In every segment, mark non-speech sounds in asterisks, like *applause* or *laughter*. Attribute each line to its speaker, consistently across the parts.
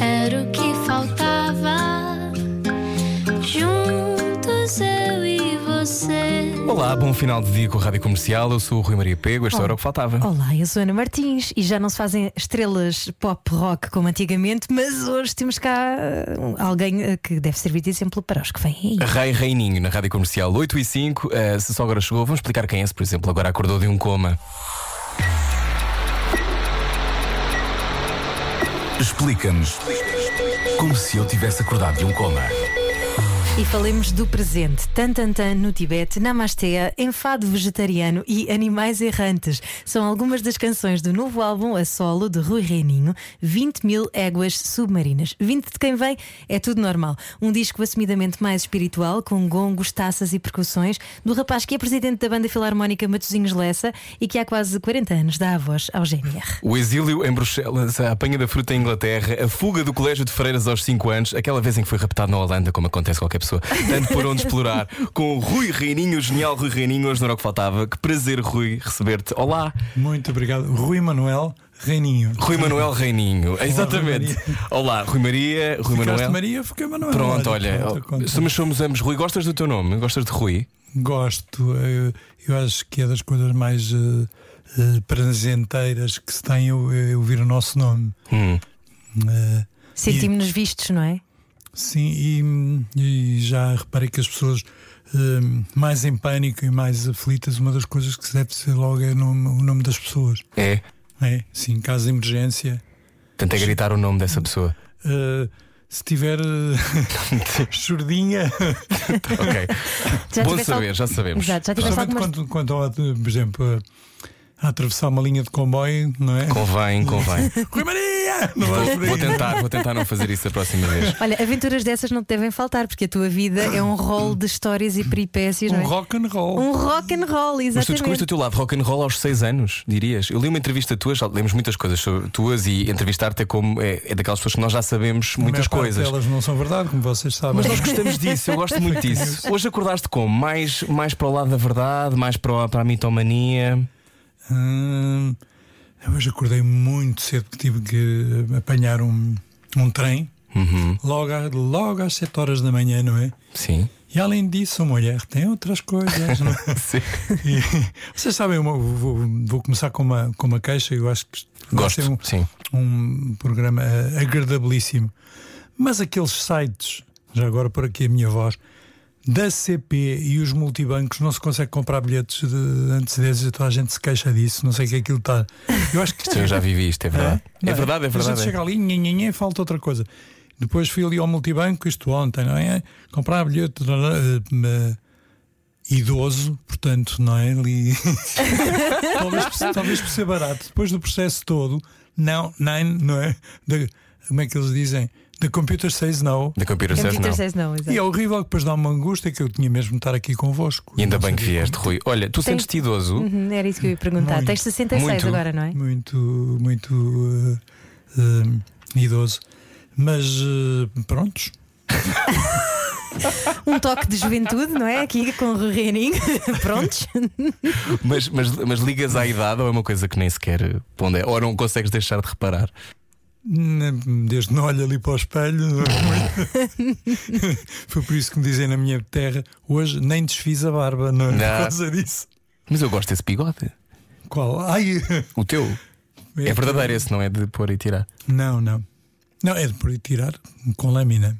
Speaker 1: era o que faltava. Juntos eu e você.
Speaker 2: Olá, bom final de dia com a Rádio Comercial. Eu sou o Rui Maria Pego. Esta era o que faltava.
Speaker 3: Olá, eu sou Ana Martins e já não se fazem estrelas pop rock como antigamente, mas hoje temos cá eh, um- alguém eh, que deve servir de exemplo para os que vêm aí.
Speaker 2: Rei Reininho na Rádio Comercial 8 e 5. Eh, se só agora chegou, vamos explicar quem é esse, por exemplo. Agora acordou de um coma.
Speaker 4: Explica-nos como se eu tivesse acordado de um coma.
Speaker 3: E falemos do presente. Tantantan no Tibete, Namastea, Enfado Vegetariano e Animais Errantes. São algumas das canções do novo álbum A Solo de Rui Reininho, 20 mil éguas submarinas. 20 de quem vem é tudo normal. Um disco assumidamente mais espiritual, com gongos, taças e percussões, do rapaz que é presidente da banda filarmónica Matosinhos Lessa e que há quase 40 anos dá a voz ao GNR.
Speaker 2: O exílio em Bruxelas, a apanha da fruta em Inglaterra, a fuga do colégio de freiras aos 5 anos, aquela vez em que foi raptado na Holanda, como acontece a qualquer pessoa, tanto por onde
Speaker 5: *laughs*
Speaker 2: explorar, com o Rui Reininho, o genial Rui Reininho, hoje não era o que faltava. Que prazer, Rui, receber-te. Olá,
Speaker 5: Muito obrigado. Rui Manuel Reininho.
Speaker 2: Rui Manuel Reininho. Exatamente.
Speaker 5: Rui
Speaker 2: Olá, Rui Maria, Rui
Speaker 5: Ficaste
Speaker 2: Manuel.
Speaker 5: Maria, fiquei Manuel.
Speaker 2: Pronto, olha,
Speaker 5: Olha, pronto, conta.
Speaker 2: somos, somos ambos Rui. Gostas do teu nome? Gostas de Rui?
Speaker 5: Gosto. Eu, eu acho que é das coisas mais eh, eh, prazenteiras que se tem eu, eu ouvir o nosso nome.
Speaker 2: Hum.
Speaker 5: Eh,
Speaker 3: Sentimos-nos vistos, não é?
Speaker 5: sim, e, e já reparei que as pessoas eh, mais em pânico e mais aflitas, uma das coisas que se deve ser logo é o nome, o nome das pessoas.
Speaker 2: É.
Speaker 5: É? Sim, caso de emergência.
Speaker 2: Tentei gritar o nome dessa
Speaker 5: *laughs*
Speaker 2: pessoa.
Speaker 5: eh, se tiver eh, *laughs* surdinha.
Speaker 2: Ok.
Speaker 3: Já
Speaker 2: Bom
Speaker 3: tiveste
Speaker 2: saber,
Speaker 3: al-
Speaker 2: já sabemos.
Speaker 3: Exato, já tiveste
Speaker 5: Principalmente
Speaker 3: algumas.
Speaker 5: quando, quando há, por exemplo, a atravessar uma linha de comboio, não é?
Speaker 2: Convém, convém. *laughs*
Speaker 5: Rui Maria! Não é? vais
Speaker 2: Vou,
Speaker 5: por aí.
Speaker 2: vou tentar, vou tentar não fazer isso a próxima vez.
Speaker 3: Olha, aventuras dessas não te devem faltar, porque a tua vida é um rol de histórias e peripécias, não
Speaker 5: Um
Speaker 3: é?
Speaker 5: rock and roll.
Speaker 3: Um rock and roll,
Speaker 2: Mas tu
Speaker 3: exatamente.
Speaker 2: descobriste o teu lado rock and roll aos 6 anos, dirias. Eu li uma entrevista tua, já lemos muitas coisas sobre tuas e entrevistar-te é como é, é daquelas pessoas que nós já sabemos
Speaker 5: A
Speaker 2: muitas
Speaker 5: maior parte
Speaker 2: coisas.
Speaker 5: delas não são verdade, como vocês sabem.
Speaker 2: Mas nós gostamos disso, eu gosto muito disso.
Speaker 5: *laughs*
Speaker 2: Hoje acordaste como? Mais, mais para o lado da verdade, mais para, o- para a mitomania.
Speaker 5: Hum, eu hoje acordei muito cedo porque tive que apanhar um, um trem
Speaker 2: Uhum,
Speaker 5: logo, à- logo às 7 horas da manhã, não é? *laughs*
Speaker 2: Sim.
Speaker 5: E além disso, a mulher tem outras coisas, não é?
Speaker 2: Sim.
Speaker 5: E,
Speaker 2: *laughs*
Speaker 5: vocês sabem, uma- vou, vou começar com uma, com uma queixa, eu acho que isto vai
Speaker 2: Gosto,
Speaker 5: ser um,
Speaker 2: sim.
Speaker 5: um programa eh, agradabilíssimo. Mas aqueles sites, já agora por aqui a minha voz, da CP e os multibancos não se consegue comprar bilhetes de antecedência, toda a gente se queixa disso, não sei o que é aquilo está. Eu acho que
Speaker 2: Sim, Eu já vivi isto, é verdade. É,
Speaker 5: não
Speaker 2: verdade, é
Speaker 5: A gente
Speaker 2: verdade.
Speaker 5: chega ali, nhanhanhã, e falta outra coisa. Depois fui ali ao multibanco, isto ontem, não é? Comprar bilhete eh, eh, idoso, portanto, não é? Ali. *laughs* talvez, por- talvez por ser barato. Depois do processo todo, não, nine, não é? Da- como é que eles dizem? The computer says no.
Speaker 2: Da Computer
Speaker 3: Em
Speaker 2: Says, não.
Speaker 3: Peter Says não, exato.
Speaker 5: E é horrível que depois dá uma angústia que eu tinha mesmo de estar aqui convosco.
Speaker 2: E ainda
Speaker 5: Não
Speaker 2: bem que
Speaker 5: sabia
Speaker 2: vieste, Rui. Olha, tu
Speaker 3: Tem-
Speaker 2: sentes-te idoso?
Speaker 3: Uhum, Era isso que eu ia perguntar.
Speaker 5: Muito.
Speaker 3: Tens 66
Speaker 2: Muito.
Speaker 3: agora, não é?
Speaker 5: muito, muito uh, um, idoso. Mas uh, prontos,
Speaker 3: Um toque de juventude, não é? Aqui com o Reininho. *laughs* Prontos?
Speaker 2: Mas, mas, mas ligas à idade ou é uma coisa que nem sequer pondera? Ou não consegues deixar de reparar?
Speaker 5: N- Né, desde não olho ali para o espelho. não é?
Speaker 2: *laughs*
Speaker 5: Foi por isso que me dizem na minha terra, hoje nem desfiz a barba, não é?
Speaker 2: Não.
Speaker 5: Por causa disso.
Speaker 2: Mas eu gosto desse bigode.
Speaker 5: Qual? Ai!
Speaker 2: O teu. É verdadeiro esse, não é de pôr e tirar.
Speaker 5: Não, não. Não, é de por aí tirar com lâmina.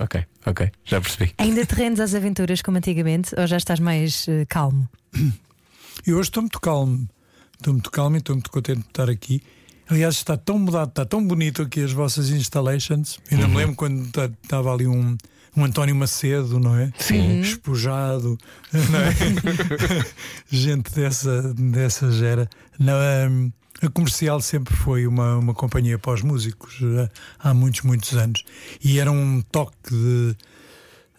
Speaker 2: Ok, ok, já percebi.
Speaker 3: Ainda te rendes às aventuras como antigamente ou já estás mais eh, calmo?
Speaker 5: E hoje estou muito calmo. Estou muito calmo e estou muito contente de estar aqui. Aliás, está tão mudado, está tão bonito aqui as vossas installations. Eu
Speaker 2: Uhum.
Speaker 5: não me lembro quando ta- estava ali um, um António Macedo, não é?
Speaker 2: Sim.
Speaker 5: Espojado, não é? Gente dessa, dessa gera. Não, hum, a comercial sempre foi uma, uma companhia para os músicos eh, há muitos, muitos anos. E era um toque de.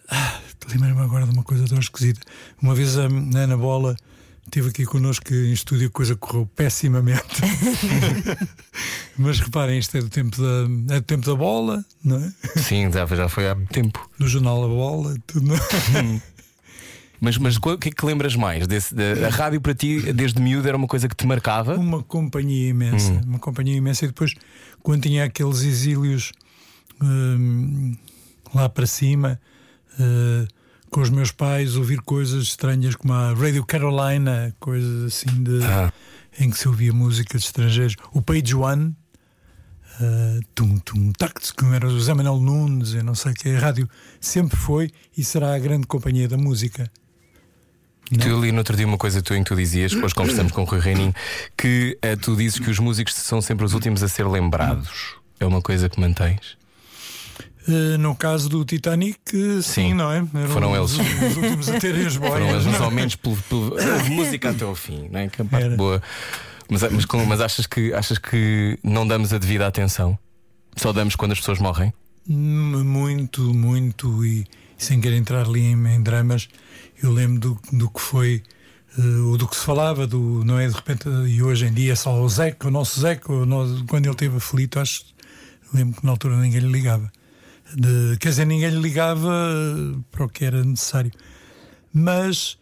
Speaker 5: Ah, Lembro-me agora de uma coisa tão esquisita. Uma vez a Ana Bola Teve aqui connosco em estúdio, a coisa correu pessimamente. Mas reparem, isto é do tempo da, é do tempo da bola, não é?
Speaker 2: Sim, já, já foi há tempo.
Speaker 5: Do jornal A Bola, tudo. não é?
Speaker 2: Mas, mas o que é que lembras mais? Desse, da, a rádio para ti, desde miúdo, era uma coisa que te marcava?
Speaker 5: Uma companhia imensa, uma companhia imensa. E depois, quando tinha aqueles exílios hum, lá para cima, eh, com os meus pais, ouvir coisas estranhas como a Radio Carolina, coisas assim de,
Speaker 2: Ah.
Speaker 5: em que se ouvia música de estrangeiros. O Page One. eh, tum, tum, tac, que era o José Manuel Nunes, eu não sei o que. A rádio sempre foi e será a grande companhia da música.
Speaker 2: E tu eu li no outro dia uma coisa tua em que tu dizias, depois conversamos com o Rui Reininho, que eh, tu dizes que os músicos são sempre os últimos a ser lembrados. É uma coisa que mantens?
Speaker 5: Uh, No caso do Titanic, uh, sim,
Speaker 2: Sim.
Speaker 5: não é? Eram
Speaker 2: Foram
Speaker 5: os,
Speaker 2: eles.
Speaker 5: Os últimos a terem as
Speaker 2: Foram eles
Speaker 5: boias. é?
Speaker 2: mais ou menos pelo, pelo- *laughs* houve música até ao fim, não é? Que é a parte
Speaker 5: Era.
Speaker 2: boa. Mas, mas, como- mas achas, que, achas que não damos a devida atenção? Só damos quando as pessoas morrem?
Speaker 5: Hum, Muito, muito, e sem querer entrar ali em, em dramas, eu lembro do, do que foi, uh, ou do que se falava, do, não é? De repente, uh, e hoje em dia é só o Zeca, o nosso Zeca, o nosso- quando ele esteve aflito, acho, lembro que na altura ninguém lhe ligava. De, quer dizer, ninguém lhe ligava uh, para o que era necessário. Mas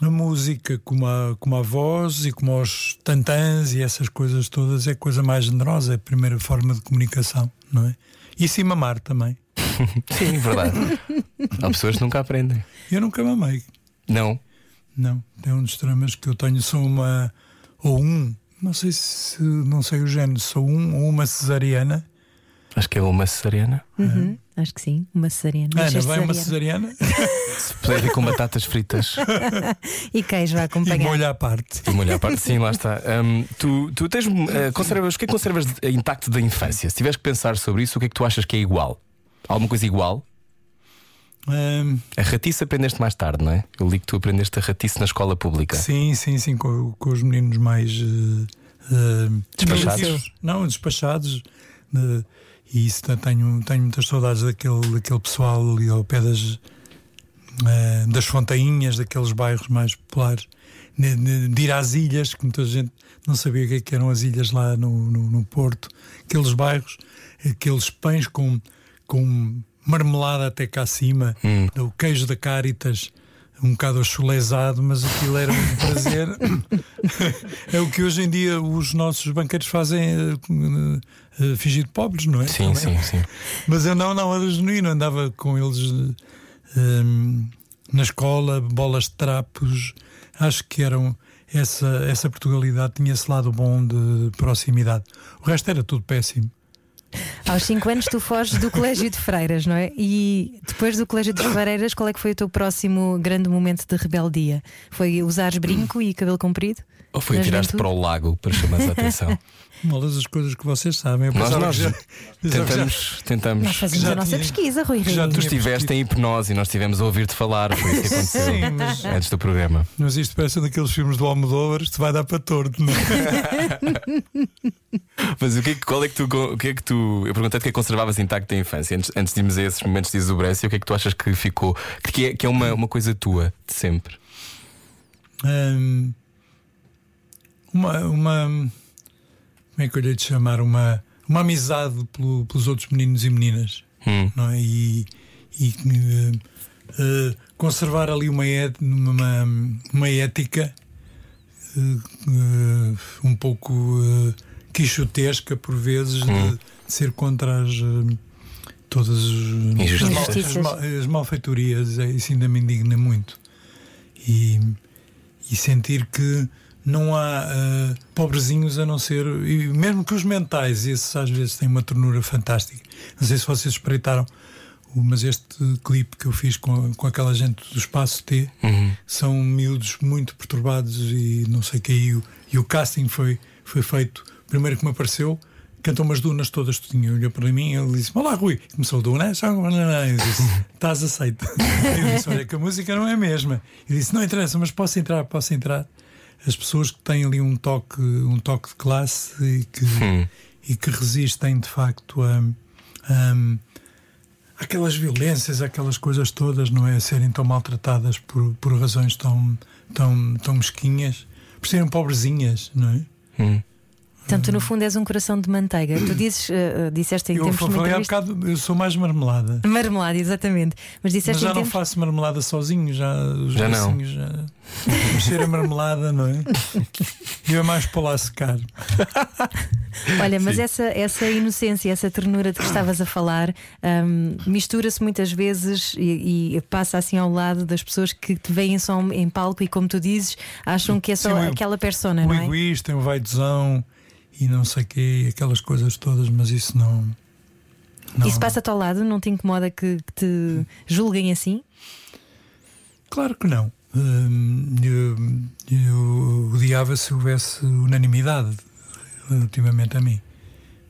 Speaker 5: a música, como a, como a voz e como os tantãs e essas coisas todas, é coisa mais generosa, é a primeira forma de comunicação, não é? E sim mamar também.
Speaker 2: Sim, verdade. Há pessoas que nunca aprendem.
Speaker 5: Eu nunca mamei,
Speaker 2: Não.
Speaker 5: não. É um dos dramas que eu tenho, sou uma ou um, não sei se não sei o género, sou um ou uma cesariana.
Speaker 2: Acho que é uma cesariana.
Speaker 3: Uhum, Acho que sim, uma cesariana.
Speaker 5: Ana,
Speaker 3: Nasceste
Speaker 5: vai uma
Speaker 3: cesariana.
Speaker 5: cesariana
Speaker 2: Se puder vir com batatas fritas
Speaker 3: E queijo vai
Speaker 5: *laughs* e
Speaker 3: acompanhar.
Speaker 5: molha à parte.
Speaker 2: e molhar a parte, sim, lá está. Hum, tu tu tens, eh, conservas, o que é que conservas de- intacto da infância? Se tiveres que pensar sobre isso, o que é que tu achas que é igual? Alguma coisa igual?
Speaker 5: Ahm,
Speaker 2: A ratice aprendeste mais tarde, não é? Eu li que tu aprendeste a ratice na escola pública.
Speaker 5: Sim, sim, sim, com, com os meninos mais eh, eh,
Speaker 2: Despachados?
Speaker 5: Não, despachados. eh, e isso te- tenho, tenho muitas saudades daquele, daquele pessoal ali ao pé das, eh, das fontainhas, daqueles bairros mais populares, de, de- de ir às ilhas, que muita gente não sabia o que, é que eram as ilhas lá no, no, no Porto, aqueles bairros, aqueles pães com, com marmelada até cá acima,
Speaker 2: Hum.
Speaker 5: o queijo da Caritas. Um bocado achulezado, mas aquilo era um
Speaker 2: *laughs*
Speaker 5: prazer. é o que hoje em dia os nossos banqueiros fazem, eh, com, eh, eh, fingir de pobres, não é?
Speaker 2: Sim, sim, sim.
Speaker 5: Mas eu não, não, era genuíno, andava com eles eh, hum, na escola, bolas de trapos. Acho que eram essa, essa Portugalidade tinha esse lado bom de proximidade. O resto era tudo péssimo.
Speaker 3: Aos 5 anos tu foges do Colégio de Freiras, não é? E depois do Colégio de Freiras, qual é que foi o teu próximo grande momento de rebeldia? Foi usares brinco e cabelo comprido?
Speaker 2: Ou foi
Speaker 3: Na
Speaker 2: atiraste
Speaker 3: juventude?
Speaker 2: para o lago para chamar a *laughs* atenção?
Speaker 5: Uma das coisas que vocês sabem. Eu
Speaker 2: Nós-
Speaker 5: pensava
Speaker 2: nós
Speaker 5: que já- pensava que já-
Speaker 2: Tentamos,
Speaker 3: Nós
Speaker 2: tentamos.
Speaker 3: fazemos
Speaker 5: Já
Speaker 3: a nossa
Speaker 5: tinha-
Speaker 3: pesquisa, Rui
Speaker 5: já
Speaker 3: Rio.
Speaker 2: Tu
Speaker 5: tinha
Speaker 2: estiveste em hipnose e nós estivemos a ouvir-te falar, foi isso que aconteceu
Speaker 5: *laughs* Sim, mas-
Speaker 2: antes do programa.
Speaker 5: Mas isto parece um daqueles filmes do Almodóvar, isto vai dar para torto, não é?
Speaker 2: Mas o que é que, qual é que tu. O que é que tu eu perguntei-te o que é que conservavas intacto da infância. Antes, antes de irmos a esses momentos de exuberância, o que é que tu achas que ficou? Que é, que é uma, uma coisa tua de sempre.
Speaker 5: Hum, uma, uma. Como é que eu lhe hei de chamar? Uma, uma amizade pelo- pelos outros meninos e meninas.
Speaker 2: Hum.
Speaker 5: não é? E, e, eh, eh, conservar ali uma, et- uma, uma ética eh, eh, um pouco eh, quixotesca por vezes de, ser contra as eh, todas as-
Speaker 2: Injustiças.
Speaker 5: as, mal- as mal- as malfeitorias, eh, isso ainda me indigna muito. E, e sentir que não há eh, pobrezinhos a não ser, e mesmo que os mentais, esses às vezes têm uma ternura fantástica. Não sei se vocês espreitaram, o- mas este clipe que eu fiz com, com aquela gente do Espaço T
Speaker 2: hum,
Speaker 5: são miúdos muito perturbados e não sei o que. E o, e o casting foi, foi feito, primeiro que me apareceu. Cantou umas dunas todas, tudinho. Olhou para mim e ele disse: Olá, Rui. Começou a dunas. "Ah, Eu disse: Estás aceito. *laughs* Eu disse: Olha, que a música não é a mesma. Ele disse: Não interessa, mas posso entrar, posso entrar as pessoas que têm ali um toque, um toque de classe
Speaker 2: *laughs* hum,
Speaker 5: e que, e que resistem de facto a, a, à aquelas violências, aquelas coisas todas, não é? Serem tão maltratadas por, por razões tão, tão, tão mesquinhas, por serem pobrezinhas, não é?
Speaker 2: hum.
Speaker 3: Portanto, tu, no fundo és um coração de manteiga. Tu dizes, eh, eh, disseste em
Speaker 5: Eu
Speaker 3: tempos de uma
Speaker 5: falei há
Speaker 3: entrevista-
Speaker 5: bocado, eu sou mais marmelada.
Speaker 3: Marmelada, exatamente. Mas
Speaker 5: Mas
Speaker 3: disseste
Speaker 5: já
Speaker 3: em
Speaker 5: não
Speaker 3: tempos.
Speaker 5: faço marmelada sozinho, já os
Speaker 2: Já não.
Speaker 5: bracinhos já. Mexer a marmelada, não
Speaker 3: *laughs*
Speaker 5: é? Eu é mais para lá secar.
Speaker 3: Olha, mas essa, essa inocência, essa ternura de que estavas a falar, hum, mistura-se muitas vezes e, e passa assim ao lado das pessoas que te veem só em palco e, como tu dizes, acham que é só
Speaker 5: Sim, o-
Speaker 3: aquela persona,
Speaker 5: O
Speaker 3: não é?
Speaker 5: egoísta, o vaidosão um e não sei o quê, aquelas coisas todas, mas isso não. não-
Speaker 3: Isso passa-te ao lado, não te incomoda que, que te julguem assim?
Speaker 5: Claro que não. Hum, Eu, eu odiava se houvesse unanimidade relativamente a mim.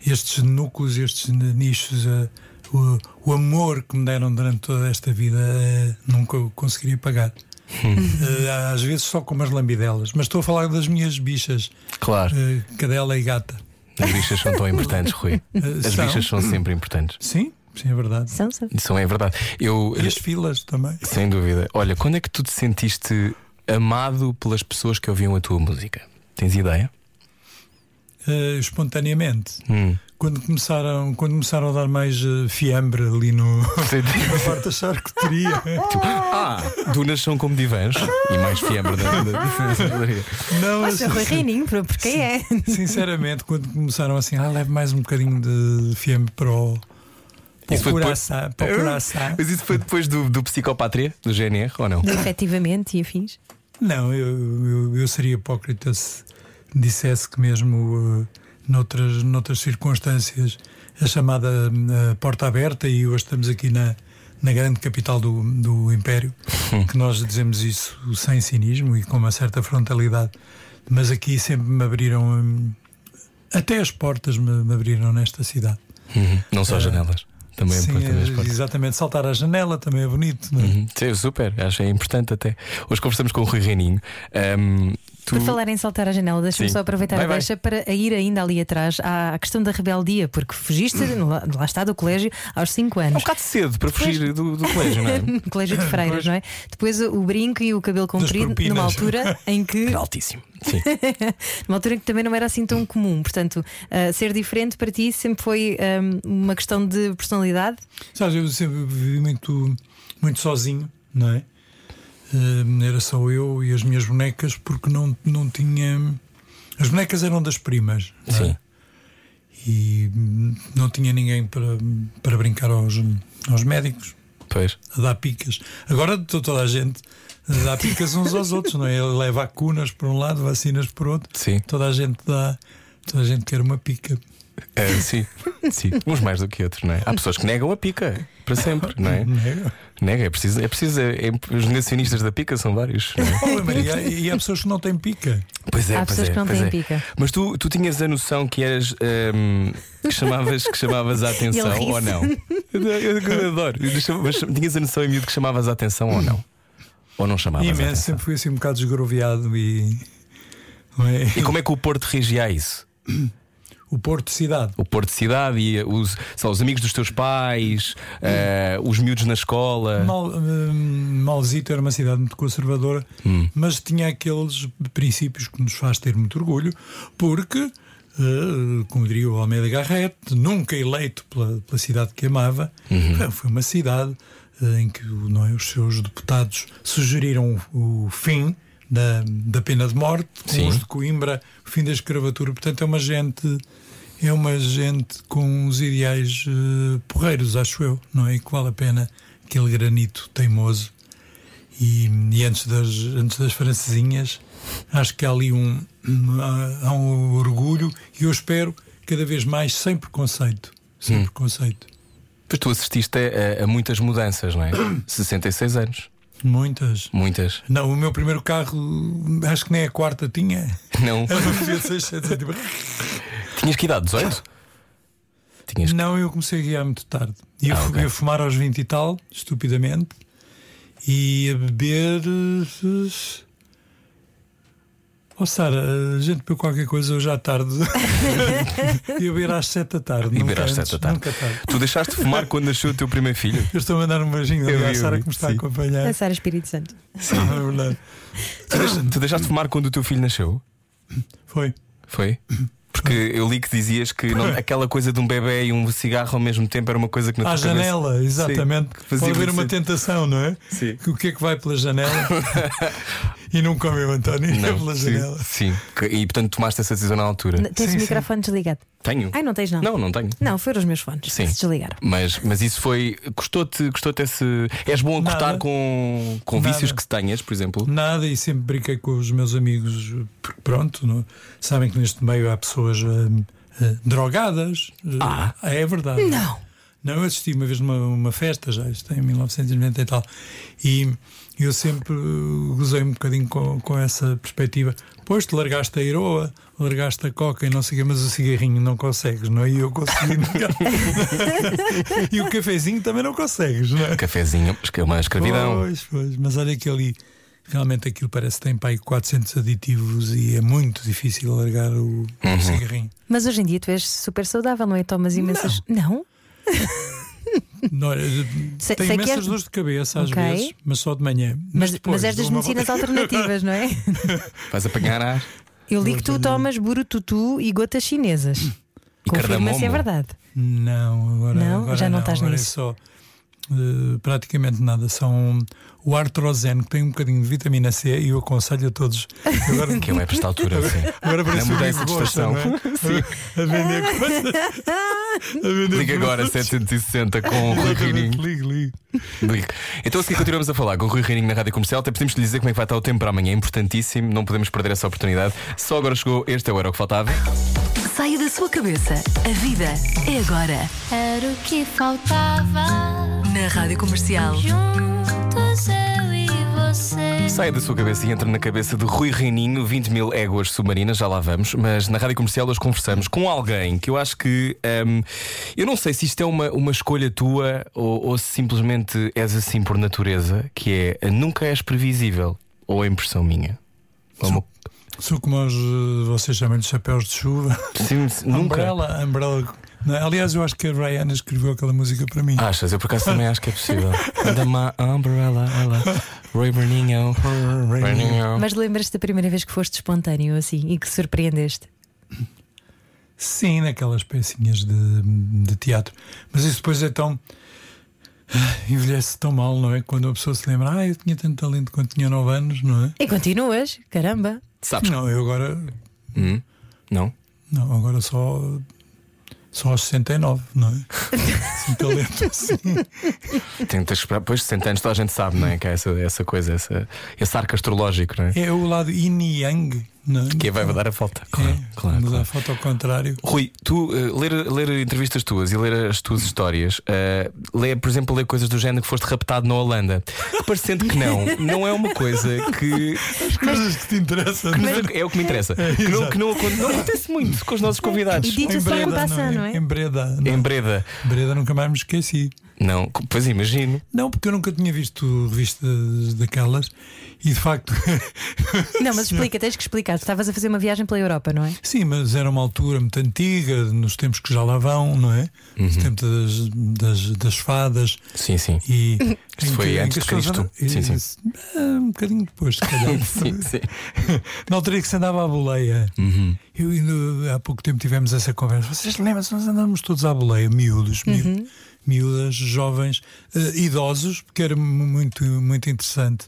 Speaker 5: Estes núcleos, estes nichos, eh, o, o amor que me deram durante toda esta vida eh, nunca o conseguiria pagar. Eh, Às vezes só com umas lambidelas. Mas estou a falar das minhas bichas,
Speaker 2: Claro,
Speaker 5: eh, cadela e gata.
Speaker 2: as bichas são tão importantes, Rui. As
Speaker 5: são.
Speaker 2: bichas são sempre importantes.
Speaker 5: Sim, sim, é verdade.
Speaker 3: São, são.
Speaker 2: Isso é verdade. Eu,
Speaker 5: E as filas também.
Speaker 2: sem dúvida. Olha, quando é que tu te sentiste amado pelas pessoas que ouviam a tua música? Tens ideia?
Speaker 5: eh, espontaneamente.
Speaker 2: Hum.
Speaker 5: Quando começaram, quando começaram a dar mais eh, fiambre ali no, *laughs* na parte da charcuteria,
Speaker 2: Ah, dunas são como divãs e mais fiambre da,
Speaker 5: *laughs*
Speaker 2: da,
Speaker 5: não,
Speaker 3: Poxa, Rui
Speaker 5: assim,
Speaker 3: Reininho, por- por quem é?
Speaker 5: sinceramente, quando começaram assim, ah, leve mais um bocadinho de fiambre para o, para
Speaker 2: Isso foi
Speaker 5: o
Speaker 2: depois-
Speaker 5: coração, para o coração.
Speaker 2: Mas isso foi depois do, do Psicopatria, do GNR, ou não?
Speaker 3: De *laughs* Efetivamente, e afins.
Speaker 5: Não, eu, eu, eu seria hipócrita se dissesse que mesmo eh, noutras, noutras circunstâncias a chamada eh, porta aberta, e hoje estamos aqui na, na grande capital do,
Speaker 2: *laughs*
Speaker 5: do Império, que nós dizemos isso sem cinismo e com uma certa frontalidade, mas aqui sempre me abriram, hum, até as portas me, me abriram nesta cidade.
Speaker 2: Uhum. Não só janelas. Também
Speaker 5: Ah. Sim,
Speaker 2: depois também as
Speaker 5: é,
Speaker 2: portas.
Speaker 5: exatamente, saltar à janela também é bonito, não é?
Speaker 2: Uhum. Sim, super, acho que é importante até. Hoje conversamos com o Rui Reininho. Ahm, tu-
Speaker 3: Por falar em saltar a janela, deixa-me
Speaker 2: Sim.
Speaker 3: só aproveitar
Speaker 2: Vai,
Speaker 3: a
Speaker 2: vai.
Speaker 3: deixa para ir ainda ali atrás à à questão da rebeldia, porque
Speaker 2: *clears throat*
Speaker 3: fugiste, lá, lá está, do colégio aos 5
Speaker 2: É um
Speaker 3: anos.
Speaker 2: bocado cedo para fugir do, do colégio, não é?
Speaker 3: No colégio de freiras, não é? Depois o o brinco e o cabelo comprido,
Speaker 5: propinas.
Speaker 3: numa
Speaker 5: *laughs*
Speaker 3: altura em que
Speaker 2: Era altíssimo. Sim.
Speaker 3: numa altura em que também não era assim tão comum. Portanto, ah, ser diferente para ti sempre foi ah, uma questão de personalidade.
Speaker 5: Sabes, eu sempre vivi muito, muito sozinho, não é? Eh, Era só eu e as minhas bonecas, porque não, não tinha. As bonecas eram das primas. não é?
Speaker 2: Sim.
Speaker 5: E hum, não tinha ninguém para, para brincar aos, aos médicos,
Speaker 2: Pois.
Speaker 5: a dar picas. Agora to- toda a gente dá picas uns aos outros, não é? Leva cunas por um lado, vacinas por outro.
Speaker 2: Sim.
Speaker 5: Toda a gente dá. Toda a gente quer uma pica.
Speaker 2: Ah, sim. Sim. Uns mais do que outros, não é? Há pessoas que negam a pica para sempre, não é?
Speaker 5: Não é?
Speaker 2: Nega, é preciso. É preciso é- é- os negacionistas da pica são vários. não é?
Speaker 5: Oh, Maria, e há pessoas que não têm pica.
Speaker 2: Pois é,
Speaker 3: Há
Speaker 2: pois
Speaker 3: pessoas
Speaker 2: é,
Speaker 3: que não
Speaker 2: pois
Speaker 3: têm
Speaker 2: é.
Speaker 3: pica.
Speaker 2: Mas tu, tu tinhas a noção que eras hum, que, chamavas, que
Speaker 3: *laughs*
Speaker 2: chamavas a atenção
Speaker 3: ri-se.
Speaker 2: ou não? Eu, eu adoro. Mas tinhas a noção em miúdo que chamavas a atenção ou não? Ou não chamavas? a
Speaker 5: Imenso,
Speaker 2: atenção?
Speaker 5: sempre fui assim um bocado desgroviado e. não é?
Speaker 2: E como é que o Porto regia a isso?
Speaker 5: O Porto Cidade.
Speaker 2: O Porto de Cidade e os, sei lá, os amigos dos teus pais, eh, os miúdos na escola.
Speaker 5: Mal, hum, Malzito era uma cidade muito conservadora, mas tinha aqueles princípios que nos faz ter muito orgulho, porque, eh, como diria o Almeida Garrett, nunca eleito pela, pela cidade que amava, eh, foi uma cidade eh, em que o- não é, os seus deputados sugeriram o, o fim da, da pena de morte,
Speaker 2: Sim.
Speaker 5: com os de Coimbra, o fim da escravatura. Portanto, é uma gente. É uma gente com uns ideais eh, porreiros, acho eu, não é? E que vale a pena aquele granito teimoso. E, e antes, das, antes das francesinhas, acho que há ali um, um, há- há um orgulho e eu espero cada vez mais sem preconceito. Sem preconceito.
Speaker 2: Pois tu assististe a, a muitas mudanças,
Speaker 5: *coughs*
Speaker 2: não é? 66 anos.
Speaker 5: Muitas.
Speaker 2: Muitas.
Speaker 5: Não, o meu primeiro carro, acho que nem a quarta tinha. *laughs*
Speaker 2: Não.
Speaker 5: Era um Fiat 600, tipo,
Speaker 2: Tinhas que idade? 18? Tinhas que.
Speaker 5: Não, eu comecei a guiar muito tarde. E eu
Speaker 2: Ah,
Speaker 5: fu-
Speaker 2: ok.
Speaker 5: ia fumar aos 20 e tal, estupidamente, e a beber. eh, Ó Sara, a gente pegou qualquer coisa hoje
Speaker 2: *laughs*
Speaker 5: à tarde. e eu ir às 7 da tarde.
Speaker 2: E
Speaker 5: nunca
Speaker 2: beber às
Speaker 5: antes,
Speaker 2: sete da tarde.
Speaker 5: Nunca tarde.
Speaker 2: Tu deixaste de fumar quando nasceu o teu primeiro filho?
Speaker 5: Eu estou a mandar um beijinho
Speaker 2: Eu
Speaker 5: ali à
Speaker 2: vi, eu
Speaker 5: Sara
Speaker 2: vi,
Speaker 5: que me está
Speaker 2: sim.
Speaker 5: a acompanhar.
Speaker 6: A Sara Espírito Santo.
Speaker 5: *laughs* É verdade.
Speaker 2: Tu, deix- tu deixaste de fumar quando o teu filho nasceu?
Speaker 5: Foi.
Speaker 2: Foi? Porque eu li que dizias que não- aquela coisa de um bebê e um cigarro ao mesmo tempo era uma coisa que na
Speaker 5: À
Speaker 2: tua cabeça-
Speaker 5: janela, exatamente.
Speaker 2: Sim, que fazia
Speaker 5: Pode haver
Speaker 2: muito
Speaker 5: uma
Speaker 2: sentido.
Speaker 5: tentação, não é?
Speaker 2: Sim.
Speaker 5: Que O que é que vai
Speaker 2: *laughs*
Speaker 5: pela janela? e não comeu, António, é *laughs* pela janela.
Speaker 2: sim, sim. Que- E portanto tomaste essa decisão na altura.
Speaker 3: N- Tens
Speaker 5: Sim,
Speaker 3: o
Speaker 5: sim.
Speaker 3: microfone desligado.
Speaker 2: Tenho.
Speaker 3: Ai, não tens, não.
Speaker 2: Não, não tenho.
Speaker 3: Não, foram os meus fones
Speaker 2: Sim.
Speaker 3: que se desligaram.
Speaker 2: Mas, mas isso foi. Custou-te custou esse. És bom a
Speaker 5: Nada.
Speaker 2: cortar com, com
Speaker 5: Nada.
Speaker 2: vícios que tenhas, por exemplo?
Speaker 5: Nada, e sempre brinquei com os meus amigos, porque pronto, não- sabem que neste meio há pessoas hum, eh, drogadas.
Speaker 2: Ah.
Speaker 5: é verdade. Não. Não, eu assisti uma vez numa uma festa, já isto é em 1990 e tal, e eu sempre eh, gozei um bocadinho com, com essa perspectiva. Pois, te largaste a heroa, largaste a coca e não sei o quê, mas o cigarrinho não consegues, não é? E eu consegui. *laughs* e o cafezinho também não consegues, não
Speaker 2: *laughs*
Speaker 5: é?
Speaker 2: Cafezinho, que é uma escravidão.
Speaker 5: Pois, pois, mas olha que ali realmente aquilo parece que tem pai 400 aditivos e é muito difícil largar o, o
Speaker 2: Uhum.
Speaker 5: cigarrinho.
Speaker 3: Mas hoje em dia tu és super saudável, não é? Tomas imensas. Não?
Speaker 5: Não, olha,
Speaker 3: Sei- sei
Speaker 5: tenho
Speaker 3: que
Speaker 5: imensas
Speaker 3: és-
Speaker 5: dores de cabeça às
Speaker 3: Ok.
Speaker 5: vezes, mas só de manhã.
Speaker 3: Mas,
Speaker 5: depois
Speaker 3: mas és
Speaker 5: dou
Speaker 3: das
Speaker 5: uma *laughs*
Speaker 3: medicinas
Speaker 5: volta.
Speaker 3: alternativas, não é?
Speaker 2: Vais apanhar ar
Speaker 3: Eu li que tu tomas burututu e gotas chinesas.
Speaker 2: e
Speaker 3: Confirma
Speaker 2: cardamomo.
Speaker 3: se é verdade.
Speaker 5: Não, agora
Speaker 3: Não?
Speaker 5: agora
Speaker 3: Já não estás
Speaker 5: agora é
Speaker 3: nisso.
Speaker 5: só eh, praticamente nada. São o artroseno que tem um bocadinho de vitamina C e eu aconselho a todos. Agora
Speaker 2: Que é para esta altura, sim.
Speaker 5: Agora
Speaker 2: Na
Speaker 5: parece um
Speaker 2: mudança de
Speaker 5: Hugo Boss,
Speaker 2: estação.
Speaker 5: não é? A
Speaker 3: *laughs*
Speaker 5: vender coisas. A vender
Speaker 2: Liga agora
Speaker 5: produtos.
Speaker 2: 760 com o Rui
Speaker 5: Exatamente,
Speaker 2: Reininho.
Speaker 5: ligue, ligue.
Speaker 2: Liga. Então, a seguir, continuamos a falar com o Rui Reininho na rádio comercial. Até podemos lhe dizer como é que vai estar o tempo para amanhã. É importantíssimo, não podemos perder essa oportunidade. Só agora chegou, este é o Era o que Faltava.
Speaker 7: Saia da sua cabeça. A vida é agora.
Speaker 1: Era o que faltava.
Speaker 7: Na Rádio Comercial.
Speaker 1: Juntos eu e você.
Speaker 2: Sai da sua cabeça e entra na cabeça de Rui Reininho, 20 mil éguas submarinas, já lá vamos. Mas na rádio comercial hoje conversamos com alguém que eu acho que. hum, eu não sei se isto é uma, uma escolha tua ou, ou se simplesmente és assim por natureza, que é nunca és previsível. Ou é impressão minha? Ou uma-
Speaker 5: Sou como os, eh, vocês chamam de chapéus de chuva.
Speaker 2: Sim, *laughs* nunca.
Speaker 5: Umbrella, umbrella. Não, aliás, eu acho que a Rihanna escreveu aquela música para mim.
Speaker 2: Achas? Eu por acaso também acho que é possível. Under my umbrella, ela. Rui Reininho. Reininho.
Speaker 3: Mas lembras-te da primeira vez que foste espontâneo assim e que surpreendeste?
Speaker 5: Sim, naquelas pecinhas de, de teatro. Mas isso depois é tão. ah, Envelhece tão mal, não é? Quando a pessoa se lembra, ah, eu tinha tanto talento quando tinha 9 anos, não é?
Speaker 3: E continuas, caramba.
Speaker 2: Sabes?
Speaker 5: Não, eu agora.
Speaker 2: Hum? Não?
Speaker 5: Não, agora só. Só aos 69, não
Speaker 2: *laughs*
Speaker 5: é? Sem talento assim.
Speaker 2: Tentas esperar, depois de 60 anos toda a gente sabe, não é? Que é essa, essa coisa, essa, esse arco astrológico, não é?
Speaker 5: É o lado yin e yang, não é?
Speaker 2: Que vai mudar a volta.
Speaker 5: É, mudar a foto ao contrário.
Speaker 2: Rui, tu eh, ler, ler entrevistas tuas e ler as tuas histórias, eh, lê, por exemplo, ler coisas do género que foste raptado na Holanda, que parecendo que não, não é uma coisa que.
Speaker 5: Coisas que te interessam,
Speaker 2: que
Speaker 5: não
Speaker 2: não- é o que me interessa. que não, que não, acon- não acontece muito com os nossos convidados.
Speaker 3: E
Speaker 5: Em
Speaker 3: dito só em
Speaker 5: Breda,
Speaker 3: passar, não é?
Speaker 5: Em Breda. Não.
Speaker 2: Em Breda.
Speaker 5: Breda nunca mais me esqueci.
Speaker 2: Não, pois imagino.
Speaker 5: Não, porque eu nunca tinha visto revistas daquelas e de facto. *laughs*
Speaker 3: Não, mas explica, tens que explicar. Tu estavas a fazer uma viagem pela Europa, não é?
Speaker 5: Sim, mas era uma altura muito antiga, nos tempos que já lá vão, não é? Nos
Speaker 2: Uhum.
Speaker 5: tempos das, das, das fadas
Speaker 2: Sim, sim.
Speaker 5: e.
Speaker 2: Isto
Speaker 5: em que-
Speaker 2: foi
Speaker 5: em que
Speaker 2: antes
Speaker 5: as
Speaker 2: de
Speaker 5: pessoas
Speaker 2: Cristo.
Speaker 5: andavam-
Speaker 2: Sim, sim.
Speaker 5: Isso- ah, Um bocadinho depois, se
Speaker 2: *laughs*
Speaker 5: calhar.
Speaker 2: Sim, sim.
Speaker 5: Na altura em que se andava à boleia. Eu ainda há pouco tempo tivemos essa conversa. Vocês lembram-se, nós andávamos todos à boleia, miúdos, miú- miúdas, jovens, eh, idosos, porque era mu- muito, muito interessante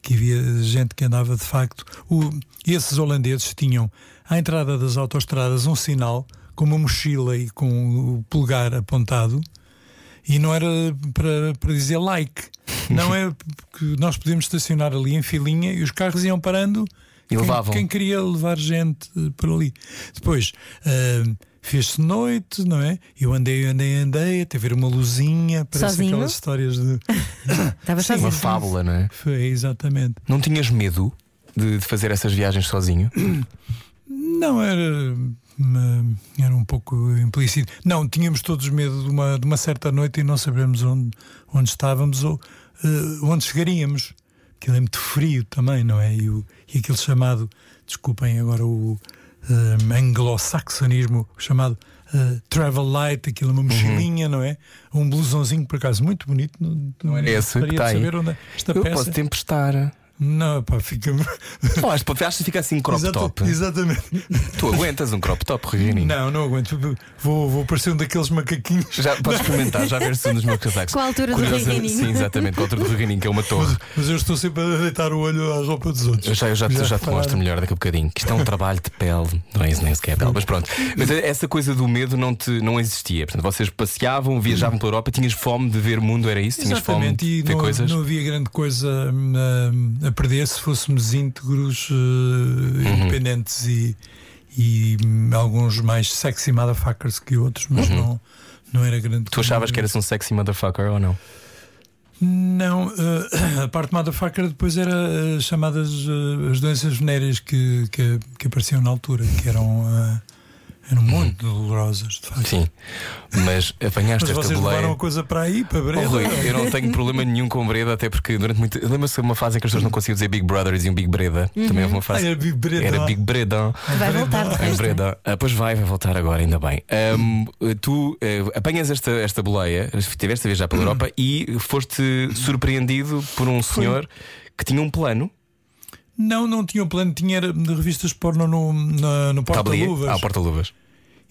Speaker 5: que havia gente que andava de facto. O, e esses holandeses tinham à entrada das autoestradas um sinal com uma mochila e com o polegar apontado. E não era para, para dizer like. Não é porque nós podíamos estacionar ali em filinha e os carros iam parando
Speaker 2: E
Speaker 5: quem,
Speaker 2: levavam.
Speaker 5: Quem queria levar gente eh, por ali. Depois ah, fez-se noite, não é? Eu andei, andei, andei, até ver uma luzinha, parece
Speaker 3: Sozinho?
Speaker 5: aquelas histórias de. *laughs*
Speaker 3: Estavas
Speaker 2: Uma
Speaker 3: sozinho.
Speaker 2: fábula, não é?
Speaker 5: Foi, exatamente.
Speaker 2: Não tinhas medo de, de fazer essas viagens sozinho?
Speaker 5: Não era. hum, Era um pouco implícito. Não, tínhamos todos medo de uma, de uma certa noite e não sabemos onde, onde estávamos ou eh, onde chegaríamos. aquilo é muito frio também, não é? E, o, e aquele chamado, desculpem agora o eh, anglo-saxonismo, o chamado eh, travel light, aquilo
Speaker 2: Uhum.
Speaker 5: uma mochilinha, não é? Um blusãozinho, por acaso, muito bonito. Não, não
Speaker 2: era esse que
Speaker 5: gostaria de
Speaker 2: está aí.
Speaker 5: saber onde é esta
Speaker 2: Eu
Speaker 5: peça.
Speaker 2: posso te emprestar.
Speaker 5: Não, pá, fica.
Speaker 2: Não, acho que acho que fica assim
Speaker 5: *laughs*
Speaker 2: crop
Speaker 5: Exata-
Speaker 2: top.
Speaker 5: Exatamente.
Speaker 2: Tu aguentas um crop top, Regininho?
Speaker 5: Não, não aguento. Vou, vou parecer um daqueles macaquinhos.
Speaker 2: Já podes experimentar, já ver se um dos meus casacos.
Speaker 3: Com a altura do
Speaker 2: Curiosa-
Speaker 3: Regininho.
Speaker 2: Sim, exatamente, com a altura do Regininho, que é uma torre.
Speaker 5: Mas eu estou sempre a deitar o olho à roupa dos outros.
Speaker 2: Eu já, eu já, te- já te
Speaker 5: repararam?
Speaker 2: mostro melhor daqui a bocadinho. Que isto é um trabalho de pele, não é isso nem sequer é pele, mas pronto. Mas essa coisa do medo não, te, não existia. Portanto, vocês passeavam, viajavam pela Europa, tinhas fome de ver mundo, era isso? Tinhas fome
Speaker 5: Exatamente,
Speaker 2: de
Speaker 5: e
Speaker 2: ver
Speaker 5: não,
Speaker 2: coisas?
Speaker 5: não havia grande coisa hum, a perder se fôssemos íntegros, eh,
Speaker 2: Uhum.
Speaker 5: independentes e, e, hum, alguns mais sexy motherfuckers que outros, mas não, não era grande
Speaker 2: Uhum. Tu achavas que eras um sexy motherfucker ou não?
Speaker 5: Não, eh, a parte motherfucker depois era eh, chamadas eh, as doenças venéreas que, que, que apareciam na altura, que eram, eh, eram
Speaker 2: Uhum.
Speaker 5: muito dolorosas, de facto.
Speaker 2: Sim. Mas apanhaste
Speaker 5: Mas
Speaker 2: esta
Speaker 5: vocês
Speaker 2: boleia.
Speaker 5: levaram a coisa para aí, para
Speaker 2: Oh,
Speaker 5: Breda.
Speaker 2: Rui, eu não tenho problema nenhum com Breda, até porque durante muito. Lembra-se de uma fase em que as pessoas não conseguiam dizer Big Brother e diziam Big Breda. Também houve uma
Speaker 5: Ah,
Speaker 2: fase.
Speaker 5: era Big Breda.
Speaker 2: Era Big Breda.
Speaker 3: Vai
Speaker 5: Breda.
Speaker 3: voltar de
Speaker 2: Em
Speaker 3: resto.
Speaker 2: Breda. Ah, pois vai, vai voltar agora, ainda bem. Ahm, tu eh, apanhas esta, esta boleia, estiveste a viajar pela Europa e foste surpreendido por um senhor que tinha um plano.
Speaker 5: Não, não tinha um plano, tinha era de revistas porno no, na- no
Speaker 2: Tablier?
Speaker 5: porta-luvas.
Speaker 2: Ah, porta-luvas.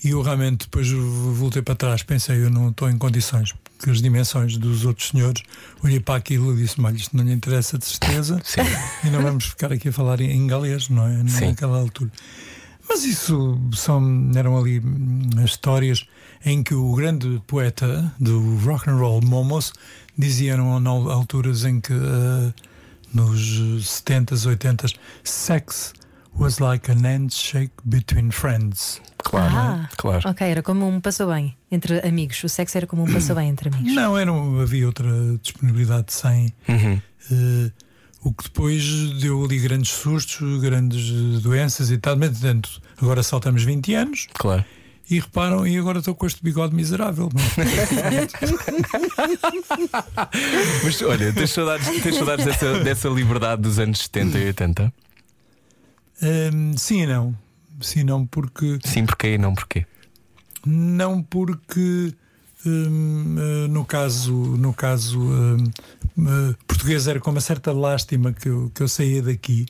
Speaker 5: E eu realmente depois voltei para trás, pensei, eu não estou em condições, porque as dimensões dos outros senhores, olhei para aquilo e disse, olha, isto não lhe interessa de certeza,
Speaker 2: Sim.
Speaker 5: e não vamos ficar aqui a falar em- em galês, não é?
Speaker 2: Sim.
Speaker 5: Naquela altura. Mas isso são, eram ali hum, histórias em que o grande poeta do rock and roll, Momos, dizia eram al- alturas em que ah, nos 70s, 80s, sex was like an handshake between friends.
Speaker 2: Claro,
Speaker 3: Ah,
Speaker 2: claro.
Speaker 3: Ok, era como um passou bem entre amigos. O sexo era como um passou bem entre amigos.
Speaker 5: Não, era, um- havia outra disponibilidade sem.
Speaker 2: Uhum.
Speaker 5: eh, o que depois deu ali grandes sustos, grandes eh, doenças e tal. Mas, portanto, agora saltamos 20 anos
Speaker 2: Claro.
Speaker 5: e reparam, e agora estou com este bigode miserável.
Speaker 2: Mas olha, tens saudades, tens saudades dessa, dessa liberdade dos anos 70 e 80?
Speaker 5: *laughs* Ehm, sim e não. Sim e não, porque.
Speaker 2: Sim, porquê e não porquê?
Speaker 5: Não porque. hum, eh, no caso, no caso hum, eh, português era com uma certa lástima que eu, que eu saía daqui,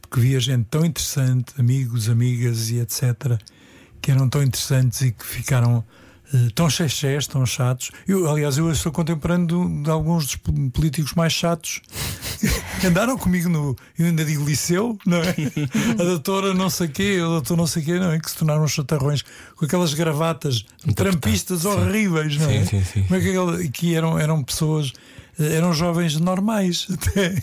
Speaker 5: porque via gente tão interessante, amigos, amigas e etc., que eram tão interessantes e que ficaram eh, tão chechés, tão chatos. Eu, aliás, eu sou contemporâneo de, de alguns dos po- políticos mais chatos *laughs* que andaram comigo no, eu ainda digo liceu, não é? A doutora não sei quê, o doutor não sei quê, não é? Que se tornaram chatarrões com aquelas gravatas trampistas horríveis, não é?
Speaker 2: Sim, sim, sim.
Speaker 5: Como é que, aquela- que eram, eram pessoas, eh, eram jovens normais, *laughs* até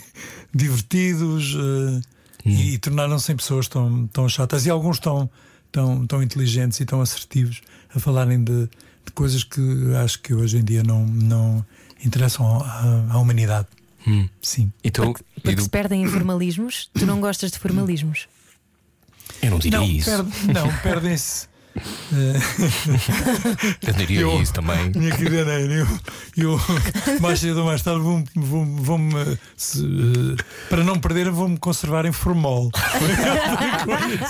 Speaker 5: divertidos eh, e,
Speaker 2: Hum.
Speaker 5: e tornaram-se em pessoas tão, tão chatas e alguns tão, tão, tão inteligentes e tão assertivos a falarem de, de coisas que acho que hoje em dia não, não interessam à, à humanidade.
Speaker 2: Hum.
Speaker 5: Sim.
Speaker 2: E tu? e
Speaker 3: Porque
Speaker 2: do-
Speaker 3: se perdem em formalismos, tu não gostas de formalismos.
Speaker 2: Eu não diria
Speaker 5: Não,
Speaker 2: é isso.
Speaker 5: perde- não,
Speaker 2: *laughs*
Speaker 5: perdem-se.
Speaker 2: Eu não diria
Speaker 5: Eu-
Speaker 2: isso *laughs* também.
Speaker 5: Minha querida Neira, eu,
Speaker 2: *laughs*
Speaker 5: eu mais cedo ou mais tarde vou-me. Vou, vou para não perder, vou-me conservar em formol.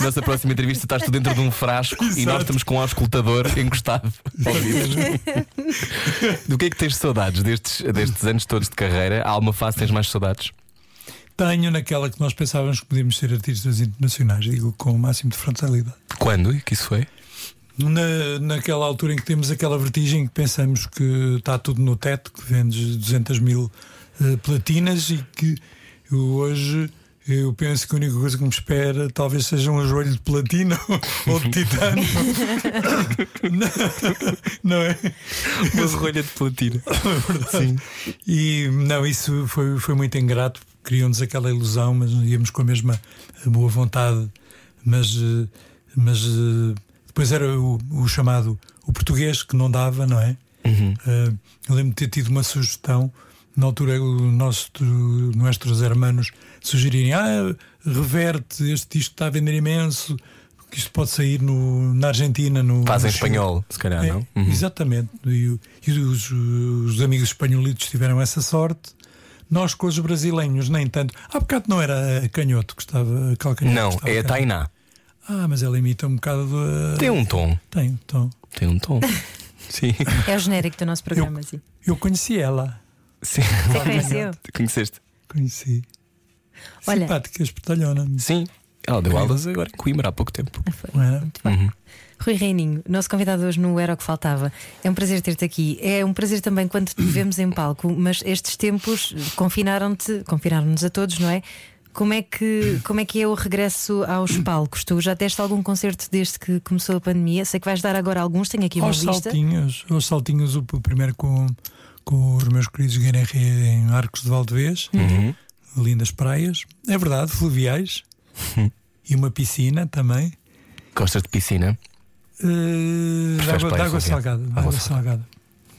Speaker 2: Nossa próxima entrevista estás tu dentro de um frasco e nós
Speaker 5: Exato.
Speaker 2: estamos com um auscultador encostado. ao vidro. *laughs* Do que é que tens saudades destes, destes anos todos de carreira? Há alguma fase que tens mais saudades?
Speaker 5: Tenho naquela que nós pensávamos que podíamos ser artistas internacionais, digo com o máximo de frontalidade.
Speaker 2: Quando e que isso foi?
Speaker 5: Na, naquela altura em que temos aquela vertigem que pensamos que está tudo no teto, que vendes 200 mil eh, platinas e que eu hoje eu penso que a única coisa que me espera talvez seja um joelho de platina *laughs* ou de titânio. *laughs* não, não é?
Speaker 2: Uma rolha de *laughs* platina.
Speaker 5: Sim. E não, isso foi, foi muito ingrato. Criou-nos aquela ilusão, mas íamos com a mesma eh, boa vontade. Mas, eh, mas eh, depois era o, o chamado o português que não dava, não é?
Speaker 2: Uhum.
Speaker 5: Eh, eu lembro de ter tido uma sugestão. Na altura, o nosso, nossos hermanos sugerirem: ah, reverte, este disco está a vender imenso, que isto pode sair no, na Argentina. No,
Speaker 2: Faz em
Speaker 5: no Chile."
Speaker 2: espanhol, se calhar,
Speaker 5: É,
Speaker 2: não? Uhum.
Speaker 5: Exatamente. E, o- e os, os amigos espanholitos tiveram essa sorte. Nós com os brasileiros, nem tanto. Há bocado não era eh, canhoto que estava calcanhoto.
Speaker 2: Não,
Speaker 5: que estava
Speaker 2: é a
Speaker 5: canhoto.
Speaker 2: Tainá.
Speaker 5: Ah, mas ela imita um bocado. eh,
Speaker 2: Tem um tom.
Speaker 5: Tem, então.
Speaker 2: Tem um tom. *laughs* Sim.
Speaker 3: É o genérico do nosso programa, sim.
Speaker 5: Eu conheci ela.
Speaker 2: Sim.
Speaker 3: Você conheceu?
Speaker 2: Conheceste?
Speaker 5: Conheci.
Speaker 3: Olha.
Speaker 5: Simpática, espetalhona.
Speaker 2: Sim. Ela deu aulas agora em Coimbra há pouco tempo.
Speaker 3: Foi.
Speaker 5: Não era?
Speaker 3: Muito bem. Rui Reininho, nosso convidado hoje no Era o que Faltava. É um prazer ter-te aqui. É um prazer também quando
Speaker 5: *coughs*
Speaker 3: te vemos em palco, mas estes tempos confinaram-te, confinaram-nos a todos, não é? Como é, que, como é que é o regresso aos palcos? Tu já deste algum concerto desde que começou a pandemia? Sei que vais dar agora alguns, tenho aqui uma
Speaker 5: aos
Speaker 3: lista.
Speaker 5: saltinhos, aos saltinhos, o o primeiro com, com os meus queridos Guerreiro em Arcos de Valdevez,
Speaker 2: Uhum.
Speaker 5: lindas praias, é verdade, fluviais
Speaker 2: Uhum.
Speaker 5: e uma piscina também.
Speaker 2: Gostas de piscina?
Speaker 5: Eh, de
Speaker 2: Preferes
Speaker 5: água, de
Speaker 2: praia
Speaker 5: água
Speaker 2: fluvial?
Speaker 5: salgada, de
Speaker 2: Água
Speaker 5: água salgada.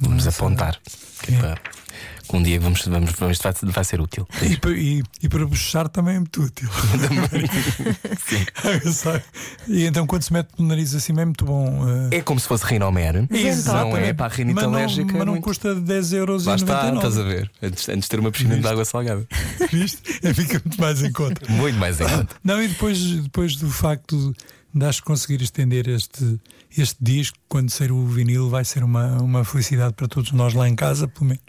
Speaker 2: Vamos
Speaker 5: Não,
Speaker 2: apontar. Que é para- que Um dia vamos, vamos, vamos, isto vai, vai ser útil.
Speaker 5: E, pa- e, e para bochechar também é muito
Speaker 2: *laughs*
Speaker 5: útil. *laughs* Água salgada. e então quando se mete no nariz assim é muito bom. eh,
Speaker 2: É como se fosse rinomer.
Speaker 5: exatamente.
Speaker 2: Não é para a rinite
Speaker 5: mas não,
Speaker 2: alérgica. é
Speaker 5: Mas não
Speaker 2: muito.
Speaker 5: custa 10 euros
Speaker 2: Lá
Speaker 5: e
Speaker 2: está,
Speaker 5: 99.
Speaker 2: estás a ver. Antes, antes de ter uma piscina de
Speaker 5: Viste?
Speaker 2: água salgada.
Speaker 5: *laughs* Viste? é, Fica muito mais em conta.
Speaker 2: Muito mais em
Speaker 5: *laughs*
Speaker 2: conta.
Speaker 5: Não, e depois, depois do facto de acho que conseguir estender este, este disco, quando sair o vinil, vai ser uma, uma felicidade para todos nós lá em casa, pelo menos.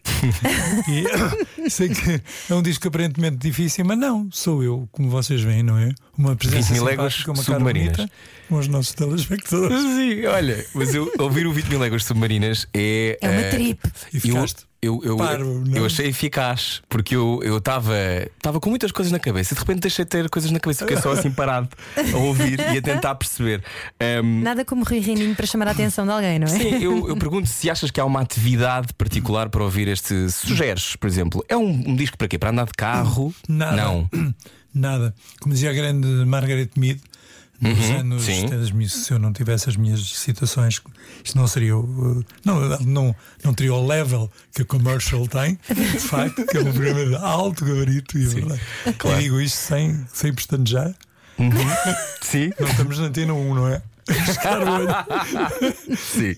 Speaker 5: e, *coughs* sei que é um disco aparentemente difícil, mas não, sou eu, como vocês veem, não é? Uma
Speaker 2: 20
Speaker 5: presença
Speaker 2: mil léguas
Speaker 5: simpática, uma cara
Speaker 2: submarinas.
Speaker 5: bonita, com os nossos telespectadores.
Speaker 2: Sim, olha, mas eu ouvir o 20 mil léguas submarinas é.
Speaker 3: É uma
Speaker 2: eh,
Speaker 3: trip.
Speaker 5: E ficaste?
Speaker 2: Eu, eu, eu,
Speaker 5: Parvo, não?
Speaker 2: eu achei eficaz porque eu estava estava com muitas coisas na cabeça e de repente deixei de ter coisas na cabeça, fiquei só assim parado a ouvir e a tentar perceber. Ahm,
Speaker 3: Nada como Rui Reininho para chamar a atenção de alguém, não é?
Speaker 2: Sim, eu, eu pergunto se achas que há uma atividade particular para ouvir este. Sugeres, por exemplo, é um, um disco para quê? Para andar de carro?
Speaker 5: Nada.
Speaker 2: Não.
Speaker 5: *clears throat* Nada. Como dizia a grande Margaret Mead, nos anos
Speaker 2: Uhum, sim.
Speaker 5: 70, se eu não tivesse as minhas citações, isto não seria. o, uh, Não, não, não teria o level que a commercial tem, de facto, que é um programa de alto gabarito. E, eu-
Speaker 2: claro.
Speaker 5: e digo isto sem, sem pestanejar.
Speaker 2: Sim?
Speaker 5: Não estamos na antena 1, não é? Riscar o olho.
Speaker 2: Sim.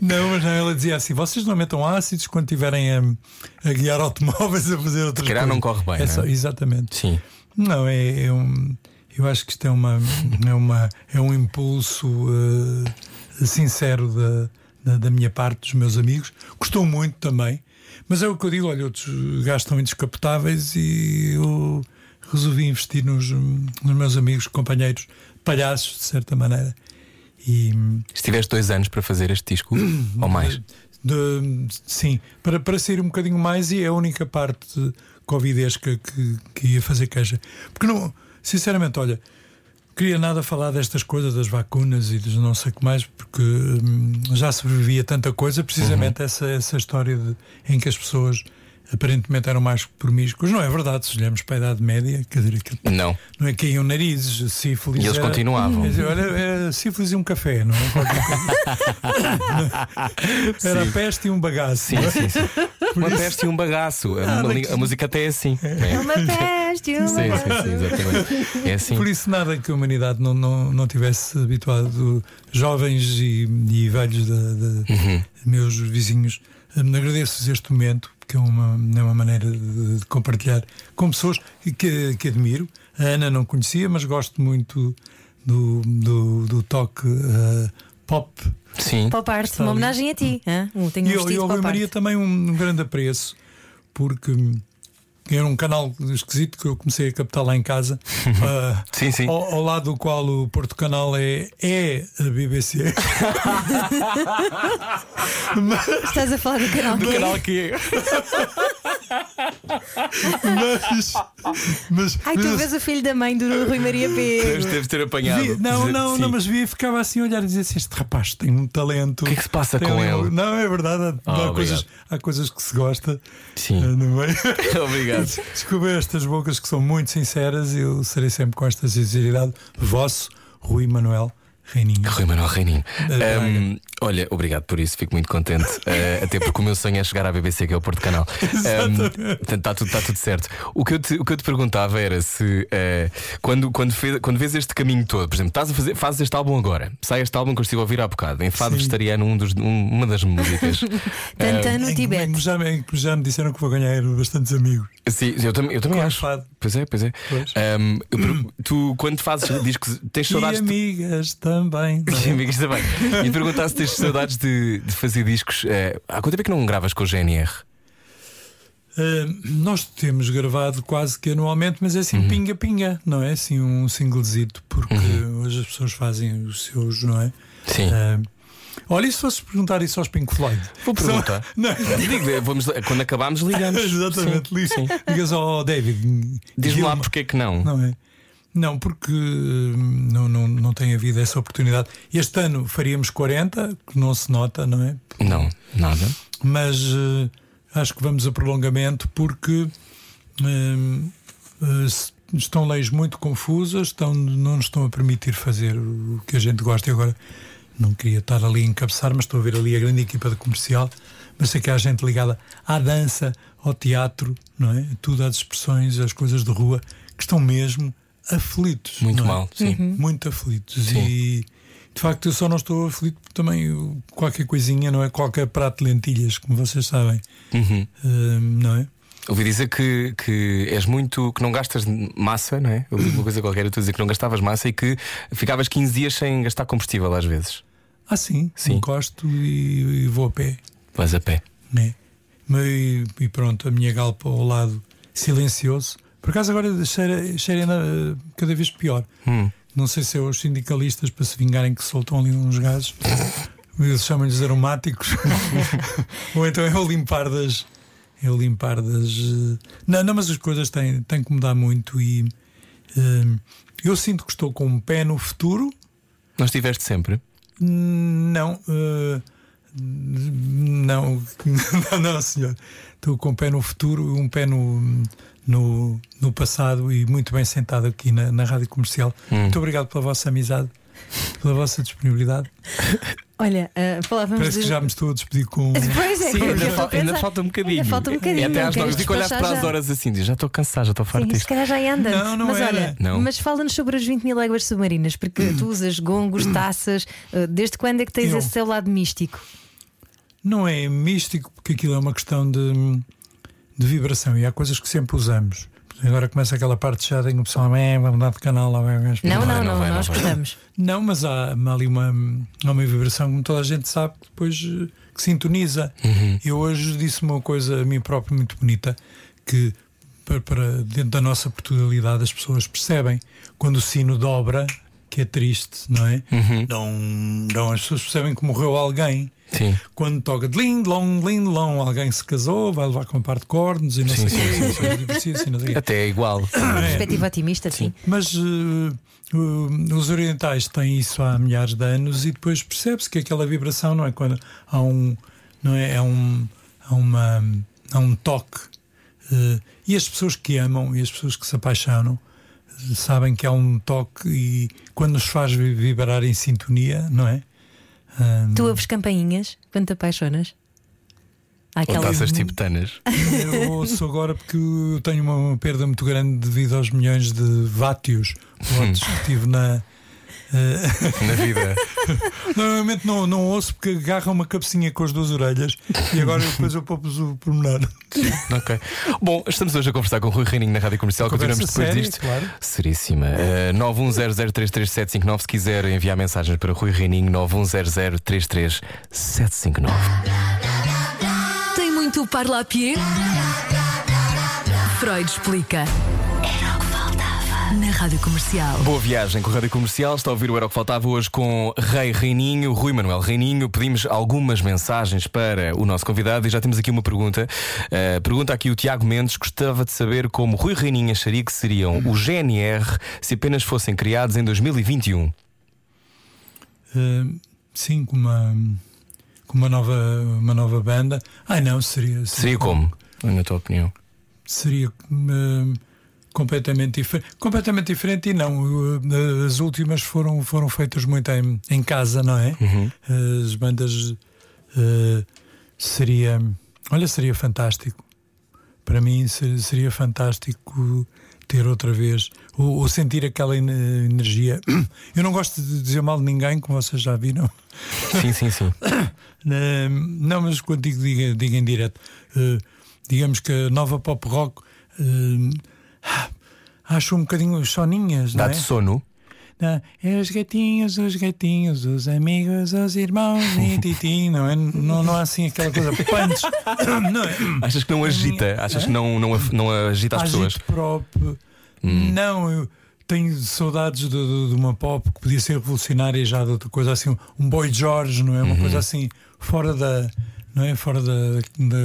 Speaker 5: Não, mas não, ela dizia assim: vocês não metam ácidos quando estiverem a, a guiar automóveis a fazer outras
Speaker 2: calhar
Speaker 5: coisas.
Speaker 2: não corre bem,
Speaker 5: É
Speaker 2: não é?
Speaker 5: só- exatamente.
Speaker 2: Sim.
Speaker 5: Não, é, é um, eu acho que isto é, uma, é, uma, é um impulso eh, sincero da, da, da minha parte, dos meus amigos. Custou muito também, mas é o que eu digo: olha, outros gastam em descapotáveis e eu resolvi investir nos, nos meus amigos, companheiros, palhaços, de certa maneira. E,
Speaker 2: Estiveste dois anos para fazer este disco ou mais?
Speaker 5: de- sim, para, para sair um bocadinho mais e é a única parte covidesca que, que ia fazer queixa. Porque não, sinceramente, olha, queria nada falar destas coisas, das vacunas e dos não sei o que mais, porque hum, já sobrevivia tanta coisa, precisamente essa, essa história de- em que as pessoas aparentemente eram mais promíscuas. Não é verdade, se olharmos para a Idade Média, quer dizer, aquilo
Speaker 2: Não.
Speaker 5: não é que iam narizes, sífilis.
Speaker 2: E eles
Speaker 5: era-
Speaker 2: continuavam.
Speaker 5: Quer dizer, Olha, era sífilis e um café, não é? Qualquer coisa. *laughs* era a peste e um bagaço.
Speaker 2: Sim, sim, sim. Uma peste e um bagaço. A, mu- a música até é assim. É.
Speaker 3: Uma peste, uma
Speaker 2: Sim, sim, sim, exatamente. É assim.
Speaker 5: Por isso, nada que a humanidade não, não, não tivesse habituado jovens e, e velhos, da da-
Speaker 2: Uhum.
Speaker 5: meus vizinhos. Hum, Agradeço-vos este momento, porque é uma, é uma maneira de, de compartilhar com pessoas que, que admiro. A Ana não conhecia, mas gosto muito do, do, do toque eh, pop
Speaker 2: Sim.
Speaker 3: Pop art, uma homenagem a ti. hã? Um- Tenho um
Speaker 5: E eu,
Speaker 3: vestido
Speaker 5: eu
Speaker 3: pop
Speaker 5: Rui
Speaker 3: art.
Speaker 5: Maria também um, um grande apreço, porque hum, era um canal esquisito que eu comecei a captar lá
Speaker 2: *laughs*
Speaker 5: em casa, ah,
Speaker 2: Sim, sim.
Speaker 5: Ao, ao lado do qual o Porto Canal é, é a BBC.
Speaker 3: Estás a falar do
Speaker 5: *laughs*
Speaker 3: canal
Speaker 2: Do
Speaker 3: Gay?
Speaker 2: canal que é.
Speaker 5: *laughs* mas, mas,
Speaker 3: Ai, tu vês o filho da mãe do Rui Maria
Speaker 2: Deves
Speaker 3: Pego.
Speaker 2: deves ter apanhado.
Speaker 5: vi- não, não,
Speaker 2: Sim.
Speaker 5: não, mas via e ficava assim a olhar e dizia assim: este rapaz tem um talento.
Speaker 2: O que é que se passa
Speaker 5: tem
Speaker 2: com
Speaker 5: um-
Speaker 2: ele?
Speaker 5: Não, é verdade, há,
Speaker 2: Ah,
Speaker 5: há coisas, há coisas que se gosta.
Speaker 2: Sim.
Speaker 5: ah, Não é? *laughs*
Speaker 2: Obrigado.
Speaker 5: Desculpa estas bocas que são muito sinceras, eu serei sempre com esta sinceridade. Vosso Rui Manuel Reininho.
Speaker 2: Rui Manuel Reininho.
Speaker 5: Braga.
Speaker 2: Um, Olha, obrigado por isso, fico muito contente. *laughs* Eh, até porque o meu sonho é chegar à BBC, que é o Porto
Speaker 5: *laughs*
Speaker 2: Canal. Ehm, Portanto, está tudo, tá tudo certo. O que, eu te, o que eu te perguntava era se eh, quando, quando, fez- quando vês este caminho todo, por exemplo, estás a fazer, fazes este álbum agora, sai este álbum que eu estive a ouvir há bocado, em Fado Vegetariano, um dos- um- uma das músicas.
Speaker 5: *laughs*
Speaker 2: É.
Speaker 3: Tantan
Speaker 5: Em
Speaker 3: no
Speaker 5: que- em que
Speaker 3: Tibete.
Speaker 5: já, me- em que já me disseram que vou ganhar bastantes amigos.
Speaker 2: Eh, Sim, eu, também eu também
Speaker 5: Com
Speaker 2: acho.
Speaker 5: fado.
Speaker 2: Pois é, pois é.
Speaker 5: Pois.
Speaker 2: Ehm, eu per- tu, quando fazes discos, tens saudades
Speaker 5: e
Speaker 2: de
Speaker 5: amigas
Speaker 2: *laughs*
Speaker 5: também. é? *laughs*
Speaker 2: E amigos também. é E perguntar se tens saudades de, de fazer discos. eh, há quanto tempo é que não gravas com o GNR?
Speaker 5: Ah, nós temos gravado quase que anualmente, mas é assim
Speaker 2: Uhum.
Speaker 5: pinga-pinga, não é? Assim um singlezito, porque
Speaker 2: Uhum.
Speaker 5: hoje as pessoas fazem os seus, não é?
Speaker 2: Sim.
Speaker 5: Ah, olha, e se fosses perguntar isso aos Pink Floyd? *laughs*
Speaker 2: Vou perguntar.
Speaker 5: Não, é?
Speaker 2: Digo, eh, vamos, quando acabarmos, ligamos.
Speaker 5: exatamente,
Speaker 2: Sim,
Speaker 5: li-
Speaker 2: sim.
Speaker 5: digas ao David.
Speaker 2: Diz-me lá
Speaker 5: Gilmour,
Speaker 2: porque é que não.
Speaker 5: Não é? Não, porque hum, não, não, não tem havido essa oportunidade. Este ano faríamos 40, que não se nota, não é?
Speaker 2: Não, nada.
Speaker 5: mas eh, acho que vamos a prolongamento porque hum, eh, se- estão leis muito confusas, estão, não nos estão a permitir fazer o que a gente gosta. E agora não queria estar ali a encabeçar, mas estou a ver ali a grande equipa de comercial. Mas sei que há gente ligada à dança, ao teatro, não é? Tudo às expressões, às coisas de rua, que estão mesmo aflitos.
Speaker 2: Muito
Speaker 5: não é?
Speaker 2: mal, sim.
Speaker 5: muito aflitos. E de facto eu só não estou aflito porque também eu- qualquer coisinha, não é? Qualquer prato de lentilhas, como vocês sabem,
Speaker 2: Uhum.
Speaker 5: Hum, não é?
Speaker 2: Ouvi dizer que, que és muito. que não gastas massa, não é? Ouvi uma coisa qualquer, eu estou a dizer que não gastavas massa e que ficavas 15 dias sem gastar combustível às vezes.
Speaker 5: Ah, sim,
Speaker 2: Sim.
Speaker 5: encosto e, e vou a pé,
Speaker 2: Vais a pé.
Speaker 5: né? E, e pronto, a minha galpa ao lado, silencioso. Por acaso agora cheira, cheira ainda, eh, cada vez pior. Não sei se é os sindicalistas para se vingarem que soltam ali uns gases. *laughs* Eles chamam-lhes aromáticos. *laughs* Ou então é o limpar das. É o limpar das. eh, Não, não, mas as coisas têm, têm que mudar muito e. eh, Eu sinto que estou com um pé no futuro.
Speaker 2: Não estiveste sempre?
Speaker 5: Não. eh, não, *laughs* não, não, senhor. Estou com um pé no futuro, um pé no, no, no passado e muito bem sentado aqui na, na rádio comercial. Muito obrigado pela vossa amizade, pela vossa disponibilidade.
Speaker 3: Olha, ah, falávamos
Speaker 5: Parece
Speaker 3: de.
Speaker 5: que já me estou a despedir
Speaker 3: *laughs*
Speaker 5: com. um-
Speaker 3: Pois é,
Speaker 2: Sim,
Speaker 3: que eu
Speaker 2: ainda,
Speaker 3: estou
Speaker 2: fal-
Speaker 3: a pensar.
Speaker 2: ainda falta um bocadinho.
Speaker 3: Ainda falta um bocadinho.
Speaker 2: É até às
Speaker 3: não
Speaker 2: nove.
Speaker 3: queres
Speaker 2: Fico a olhar para
Speaker 3: despachar
Speaker 2: as
Speaker 3: já.
Speaker 2: horas assim, diz, já estou cansado, já estou farto
Speaker 3: Sim, se
Speaker 2: disto.
Speaker 3: calhar já ia andando.
Speaker 5: Não, é. não
Speaker 3: mas
Speaker 5: era.
Speaker 3: olha,
Speaker 2: Não.
Speaker 3: mas fala-nos sobre as 20 mil léguas submarinas, porque tu usas gongos, taças. eh, Desde quando é que tens
Speaker 5: Hum. Eu.
Speaker 3: esse teu lado místico?
Speaker 5: Não é místico, porque aquilo é uma questão de, de vibração e há coisas que sempre usamos. Agora começa aquela parte chata em que o pessoal é, vamos mudar de canal, lá vai, vai,
Speaker 2: vai,
Speaker 3: Não, não,
Speaker 2: não
Speaker 3: não,
Speaker 2: vai, não
Speaker 3: nós
Speaker 2: vai. É.
Speaker 3: gostamos.
Speaker 5: Não, mas há, há ali uma, há uma vibração, como toda a gente sabe, que depois eh, que sintoniza. Eu hoje disse uma coisa a mim próprio muito bonita, que para, para dentro da nossa portugalidade as pessoas percebem quando o sino dobra, que é triste, não é? Não, não, as pessoas percebem que morreu alguém.
Speaker 2: Sim.
Speaker 5: Quando toca de lindlong, lindlong, alguém se casou, vai levar com um par de cornos e não sei o quê, e depois divorcia-se e não sei o quê.
Speaker 2: Até é igual.
Speaker 3: Perspectiva otimista, sim.
Speaker 5: Mas eh, o- os orientais têm isso há milhares de anos e depois percebe-se que aquela vibração não é quando há um não é, é um há uma há um toque eh, e as pessoas que amam e as pessoas que se apaixonam eh, sabem que há um toque e quando nos faz vi- vibrar em sintonia, não é? Ah,
Speaker 3: Tu ouves campainhas quando te apaixonas?
Speaker 2: Ou
Speaker 3: Há é aquela.
Speaker 2: taças tibetanas.
Speaker 5: Eu ouço agora porque eu tenho uma perda muito grande devido aos milhões de vátios watts que tive na,
Speaker 2: na vida.
Speaker 5: Normalmente não, não ouço porque agarra uma cabecinha com as duas orelhas e agora depois eu poupo o *laughs* pormenor.
Speaker 2: ok. Bom, estamos hoje a conversar com o Rui Reininho na Rádio Comercial.
Speaker 5: Conversa
Speaker 2: Continuamos depois
Speaker 5: séria,
Speaker 2: disto.
Speaker 5: claro.
Speaker 2: Seríssima. Eh, 910033759. Se quiser enviar mensagens para Rui Reininho, 910033759. tipo-
Speaker 7: Tem muito parlapier? Freud explica. Na rádio comercial.
Speaker 2: Boa viagem com a Rádio Comercial. Está a ouvir o Era o que Faltava hoje com Rei Reininho, Rui Manuel Reininho. Pedimos algumas mensagens para o nosso convidado e já temos aqui uma pergunta. Eh, pergunta aqui o Tiago Mendes: gostava de saber como Rui Reininho acharia que seriam o GNR se apenas fossem criados em 2021.
Speaker 5: Hum, sim, com uma, com uma nova, uma nova banda. Ai não, seria.
Speaker 2: Seria como? Na tua opinião?
Speaker 5: Seria hum, completamente diferente. Completamente diferente e não. eh, As últimas foram, foram feitas muito em, em casa, não é? As bandas eh, seria. Olha, seria fantástico. Para mim ser- seria fantástico ter outra vez ou, ou sentir aquela ene- energia. *clears throat* Eu não gosto de dizer mal de ninguém, como vocês já viram.
Speaker 2: Sim, sim, sim.
Speaker 5: Na- Ehm, Não, mas quando digo, diga, diga em direto, eh, digamos que a nova pop rock eh, ah, acho um bocadinho soninhas, não
Speaker 2: Dá
Speaker 5: é?
Speaker 2: de sono.
Speaker 5: Não, é os gatinhos, os gatinhos, os amigos, os
Speaker 2: *laughs*
Speaker 5: irmãos e titi, não é? Não, não há assim aquela coisa punch, *coughs* não é?
Speaker 2: Achas que não agita? Achas que não, não, af- não agita as pessoas? Hum.
Speaker 5: Agite pop. Não, eu tenho saudades de, de- de uma pop que podia ser revolucionária e já de outra coisa assim, um Boy George, não é?
Speaker 2: Uhum.
Speaker 5: Uma coisa assim fora da, não é? Fora da, da,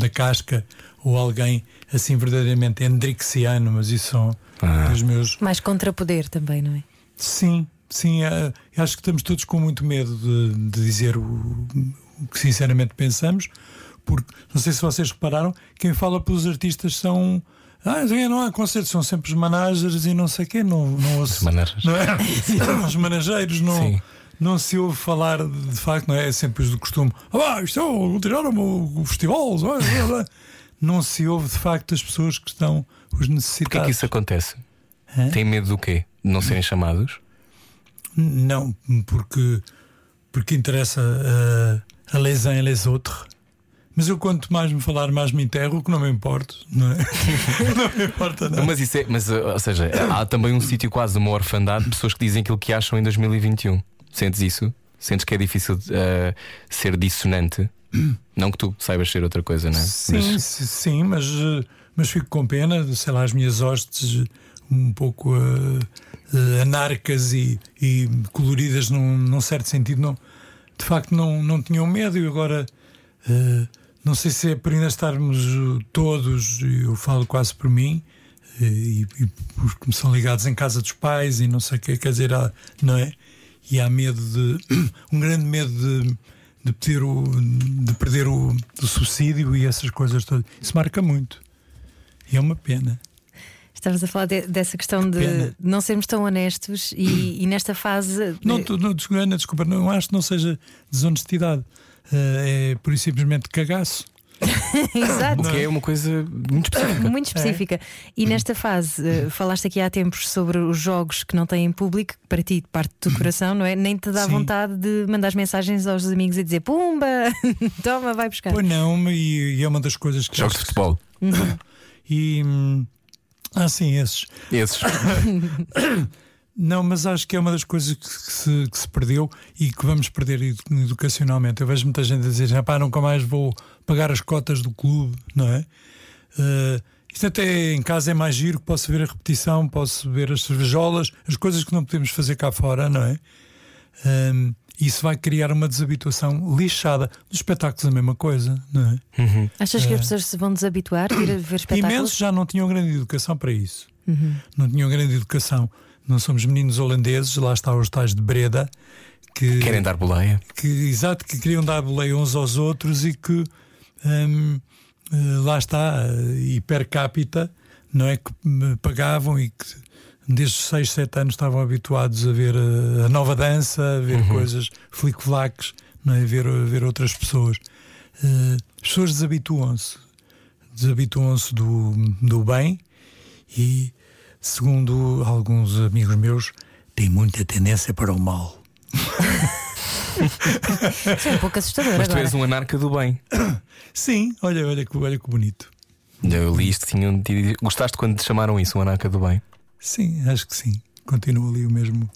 Speaker 5: da casca ou alguém assim verdadeiramente hendrixiano, mas isso são
Speaker 2: Ah.
Speaker 5: os meus
Speaker 3: Mais contrapoder também, não é?
Speaker 5: Sim, sim. eh, eu acho que estamos todos com muito medo de, de dizer o, o que sinceramente pensamos, porque não sei se vocês repararam, quem fala pelos artistas são. Ah, não há concertos, são sempre os managers e não sei quê, não, não ouço. Os
Speaker 2: managers.
Speaker 5: Não é? *laughs* os manageiros não.
Speaker 2: Sim.
Speaker 5: Não se ouve falar de, de facto, não é? É sempre os do costume. Ah, isto é, tiraram o, o festival. ah, ah,
Speaker 2: *laughs*
Speaker 5: ah." Não se ouve de facto as pessoas que estão, os necessitados.
Speaker 2: Porquê é que isso acontece? Tem medo do quê? De não serem chamados?
Speaker 5: Não, porque, porque interessa eh, a les uns et les autres. Mas eu quanto mais me falar, mais me enterro, que não me importo, não é? *laughs* não me importa nada.
Speaker 2: Mas isso é, mas, uh, ou seja, há também um sítio quase de uma orfandade de pessoas que dizem aquilo que acham em 2021. Sentes isso? Sentes que é difícil uh, ser dissonante? Não que tu saibas ser outra coisa, não é?
Speaker 5: Sim,
Speaker 2: Mas-
Speaker 5: si- sim, mas, eh, mas fico com pena, sei lá, as minhas hostes eh, um pouco eh, eh, anarcas e, e coloridas num, num certo sentido, não, de facto não, não tinham medo e agora eh, não sei se é por ainda estarmos eh, todos, e eu falo quase por mim, eh, e, e os que me são ligados em casa dos pais e não sei o que, quer dizer, há- não é? E há medo de *clears throat* um grande medo de, de, ter o, de perder o, o subsídio e essas coisas todas. Isso marca muito. E é uma pena.
Speaker 3: Estávamos a falar de- dessa questão de
Speaker 5: Pena.
Speaker 3: não sermos tão honestos e, e nesta fase. de- *laughs*
Speaker 5: Não, tu- não, desculpa, Ana, desculpa, não acho que não seja desonestidade. Eh, é por isso simplesmente cagaço.
Speaker 3: Exato.
Speaker 2: O que é uma coisa muito específica.
Speaker 3: Muito específica. E nesta fase, eh, falaste aqui há tempos sobre os jogos que não têm público, que para ti parte do coração, não é? Nem te dá
Speaker 5: Sim.
Speaker 3: vontade de mandar as mensagens aos amigos e dizer: Pumba, *laughs* toma, vai buscar.
Speaker 5: Pois não, e, e é uma das coisas que.
Speaker 2: Ah, Jogos de futebol.
Speaker 5: E. hum, Ah, sim, esses.
Speaker 2: Esses.
Speaker 5: Não, mas acho que é uma das coisas que que se, que se perdeu e que vamos perder edu- educacionalmente. Eu vejo muita gente a dizer: rapaz, nunca mais vou pagar as cotas do clube, não é? Eh, isto até em casa é mais giro, posso ver a repetição, posso ver as cervejolas, as coisas que não podemos fazer cá fora, não é? Ahm, isso vai criar uma desabituação lixada. Os espetáculos, a mesma coisa, não é?
Speaker 3: Achas que as pessoas se vão desabituar de ir a ver espetáculos?
Speaker 5: Imensos já não tinham grande educação para isso. Não tinham grande educação. Não somos meninos holandeses, lá está os tais de Breda, que,
Speaker 2: Querem dar boleia?
Speaker 5: que exato, que queriam dar boleia uns aos outros e que hum, eh, lá está, eh, e per capita, não é que me pagavam e que desde os 6, 7 anos estavam habituados a ver eh, a nova dança, a ver coisas flic-flacs, não é? a, ver, a ver outras pessoas. Eh, as pessoas desabituam-se, desabituam-se do, do bem e, segundo alguns amigos meus, têm muita tendência para o mal.
Speaker 3: Isso é um pouco assustador
Speaker 2: Mas tu
Speaker 3: agora.
Speaker 2: és um anarca do bem.
Speaker 5: Sim, olha, olha, que- olha que bonito.
Speaker 2: Eu li isto, tinha um... gostaste quando te chamaram isso, um anarca do bem?
Speaker 5: Sim, acho que sim. Continua ali o mesmo.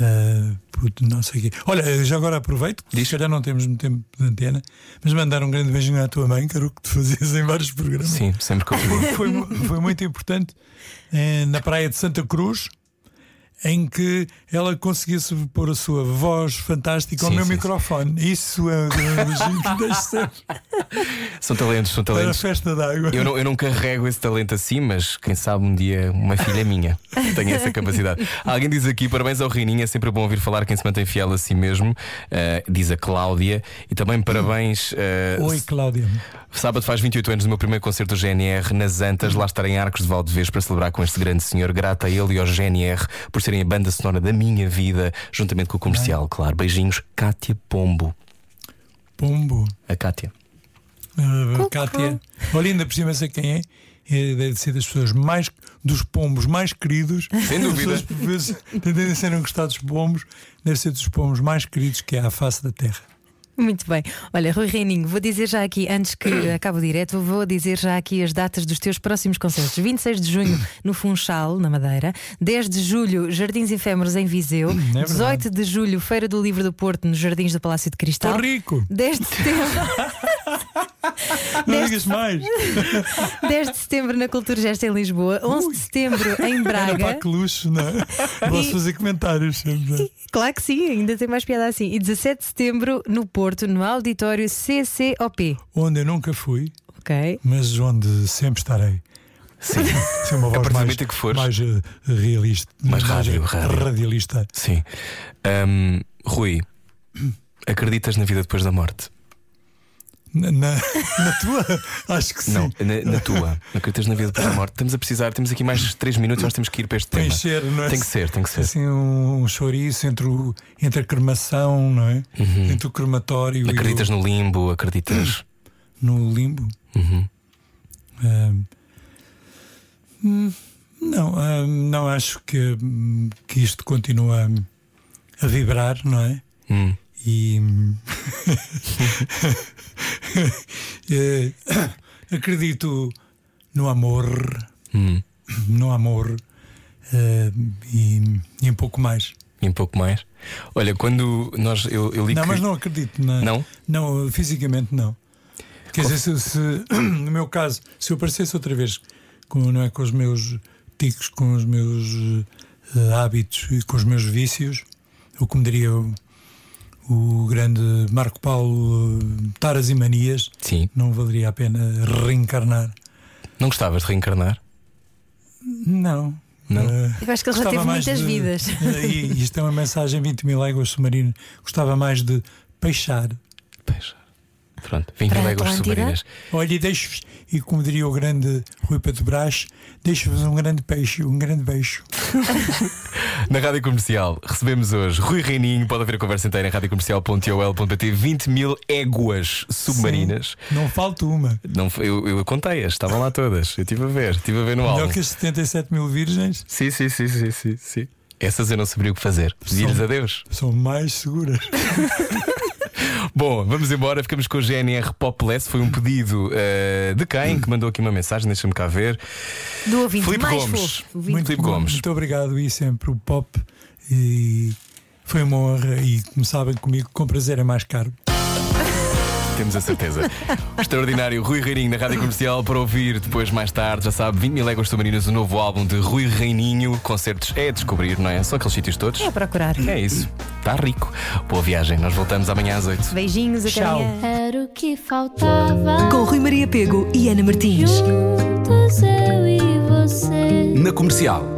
Speaker 5: ah, puto, não sei o quê. Olha, eu já agora aproveito, que
Speaker 2: Diz.
Speaker 5: se calhar não temos muito tempo de antena, mas mandar um grande beijinho à tua mãe, que era o que tu fazias em vários programas.
Speaker 2: Sim, sempre que eu *laughs* digo.
Speaker 5: Foi, mu- foi muito importante eh, na praia de Santa Cruz, em que ela conseguia sobrepor a sua voz fantástica ao
Speaker 2: Sim,
Speaker 5: meu
Speaker 2: sim, sim.
Speaker 5: microfone. Isso é um grande
Speaker 2: *laughs*
Speaker 5: beijinho que deixo sempre
Speaker 2: São talentos, são
Speaker 5: para a
Speaker 2: talentos.
Speaker 5: festa d'água.
Speaker 2: Eu não, eu não carrego esse talento assim, mas quem sabe um dia uma filha minha tenha essa capacidade. Alguém diz aqui, parabéns ao Reininho, é sempre bom ouvir falar quem se mantém fiel a si mesmo, eh, diz a Cláudia, e também parabéns. eh,
Speaker 5: Oi, Cláudia.
Speaker 2: Sábado faz 28 anos do meu primeiro concerto do GNR nas Antas. Lá estarei em Arcos de Valdevez para celebrar com este grande senhor. Grata a ele e ao GNR por serem a banda sonora da minha vida, juntamente com o comercial, claro. Beijinhos, Cátia Pombo.
Speaker 5: Pombo.
Speaker 2: A Cátia.
Speaker 5: Uh, Cátia. Olha, ainda por cima, sei quem é. É, Deve ser das pessoas mais. dos pombos mais queridos.
Speaker 2: Sem dúvida.
Speaker 5: As pessoas, por vezes, tendem a ser não gostar dos pombos. Deve ser dos pombos mais queridos que há à face da Terra.
Speaker 3: Muito bem. Olha, Rui Reininho, vou dizer já aqui, antes
Speaker 5: *coughs*
Speaker 3: que acabe o direto, vou dizer já aqui as datas dos teus próximos concertos. 26 de junho no Funchal, na Madeira. 10 de julho, Jardins Efêmeros em Viseu.
Speaker 5: Hum, é verdade.
Speaker 3: 18 de julho, Feira do Livro do Porto, nos Jardins do Palácio de Cristal.
Speaker 5: Tô rico.
Speaker 3: 10 de
Speaker 5: *laughs*
Speaker 3: setembro,
Speaker 5: Não
Speaker 3: Tá. Deste-
Speaker 5: digas mais.
Speaker 3: *laughs* 10 de setembro na Cultura Gesta em Lisboa. 11 de setembro em
Speaker 5: Olha pá,
Speaker 3: Braga.
Speaker 5: que
Speaker 3: *laughs*
Speaker 5: luxo, não é? Posso fazer comentários sempre.
Speaker 3: Claro que sim, ainda tem mais piada assim. E 17 de setembro no Porto, no auditório CCOP.
Speaker 5: Onde eu nunca fui,
Speaker 3: Ok?
Speaker 5: mas onde sempre estarei. Sim, Sim uma voz
Speaker 2: partir do
Speaker 5: mais,
Speaker 2: momento em que fores.
Speaker 5: mais eh, realista. eh,
Speaker 2: Mais rádio, rádio.
Speaker 5: Radialista.
Speaker 2: Sim. Ahm, Rui, acreditas na vida depois da morte?
Speaker 5: Na, na- *laughs* na tua? Acho que sim.
Speaker 2: Não, na, na tua. Acreditas na vida depois da morte? Estamos a precisar, temos aqui mais 3 minutos, nós temos que ir para este tema.
Speaker 5: Preencher, não é?
Speaker 2: Tem que ser, tem que ser.
Speaker 5: Assim, um, um chouriço entre, o- entre a cremação, não é? Entre o crematório
Speaker 2: Acreditas
Speaker 5: e
Speaker 2: no limbo, acreditas.
Speaker 5: o, no limbo.
Speaker 2: Uhum.
Speaker 5: Ahm, hum, não, ahm, não acho que, hum, que isto continua hum, a vibrar, não é?
Speaker 2: Hum.
Speaker 5: E hum, *laughs* eh, acredito no amor,
Speaker 2: Hum.
Speaker 5: no amor eh, e, e um pouco mais.
Speaker 2: E um pouco mais. Olha, quando nós. Eu, eu li
Speaker 5: não,
Speaker 2: que-
Speaker 5: mas não acredito na,
Speaker 2: Não?
Speaker 5: Não, fisicamente não. Quer dizer, se, *clears throat* se- no meu caso, se eu aparecesse outra vez com, não é, com os meus ticos, com os meus eh, hábitos e com os meus vícios, ou como diria o, o grande Marco Paulo, eh, taras e manias,
Speaker 2: Sim.
Speaker 5: não valeria a pena reencarnar.
Speaker 2: Não gostavas de reencarnar?
Speaker 5: Não.
Speaker 2: Não?
Speaker 5: Eh,
Speaker 3: Eu acho que ele já
Speaker 5: Gostava
Speaker 3: teve
Speaker 5: mais
Speaker 3: muitas
Speaker 5: de-
Speaker 3: vidas.
Speaker 5: Eh, *laughs* e isto é uma mensagem 20 mil águas submarinas. Gostava mais de peixar.
Speaker 2: Pois. Pronto,
Speaker 3: Para
Speaker 2: 20
Speaker 3: a
Speaker 2: léguas
Speaker 3: Atlântida?
Speaker 2: submarinas.
Speaker 5: Olha, e deixo-vos, e como diria o grande Rui Pedro Brás, deixo-vos um grande peixe, um grande beijo.
Speaker 2: Na rádio comercial recebemos hoje Rui Reininho. Pode haver a conversa inteira em radiocomercial.ol.pt. 20 mil éguas submarinas.
Speaker 5: Sim, não falta uma.
Speaker 2: Não, foi- eu, eu contei-as, estavam lá todas. Eu estive a ver, estive a ver no álbum.
Speaker 5: Melhor que as 77 mil virgens
Speaker 2: Sim, sim, sim, sim, sim, sim. Essas eu não sabia o que fazer. Pedi-lhes adeus.
Speaker 5: são mais seguras.
Speaker 2: Bom, vamos embora, ficamos com o GNR Popless. Foi um pedido eh, de
Speaker 5: Hum.
Speaker 2: quem que mandou aqui uma mensagem, deixa-me cá ver.
Speaker 3: Do ouvinte
Speaker 2: Filipe
Speaker 3: mais
Speaker 2: Gomes.
Speaker 3: fofo. Ouvinte.
Speaker 2: Filipe Gomes.
Speaker 5: Muito obrigado e sempre o pop. E foi uma honra. E como sabem comigo, com prazer é mais caro.
Speaker 2: Temos a certeza. Extraordinário Rui Reininho na Rádio Comercial para ouvir depois mais tarde. Já sabe, 20 mil léguas submarinas, o novo álbum de Rui Reininho. Concertos é a descobrir, não é? São aqueles sítios todos.
Speaker 3: É a procurar.
Speaker 2: É isso. Está rico. Boa viagem. Nós voltamos amanhã às 8.
Speaker 3: Beijinhos, até
Speaker 5: Tchau.
Speaker 3: amanhã.
Speaker 1: Era o que faltava.
Speaker 7: Com Rui Maria Pego e Ana Martins.
Speaker 1: Juntos eu e você.
Speaker 4: Na comercial.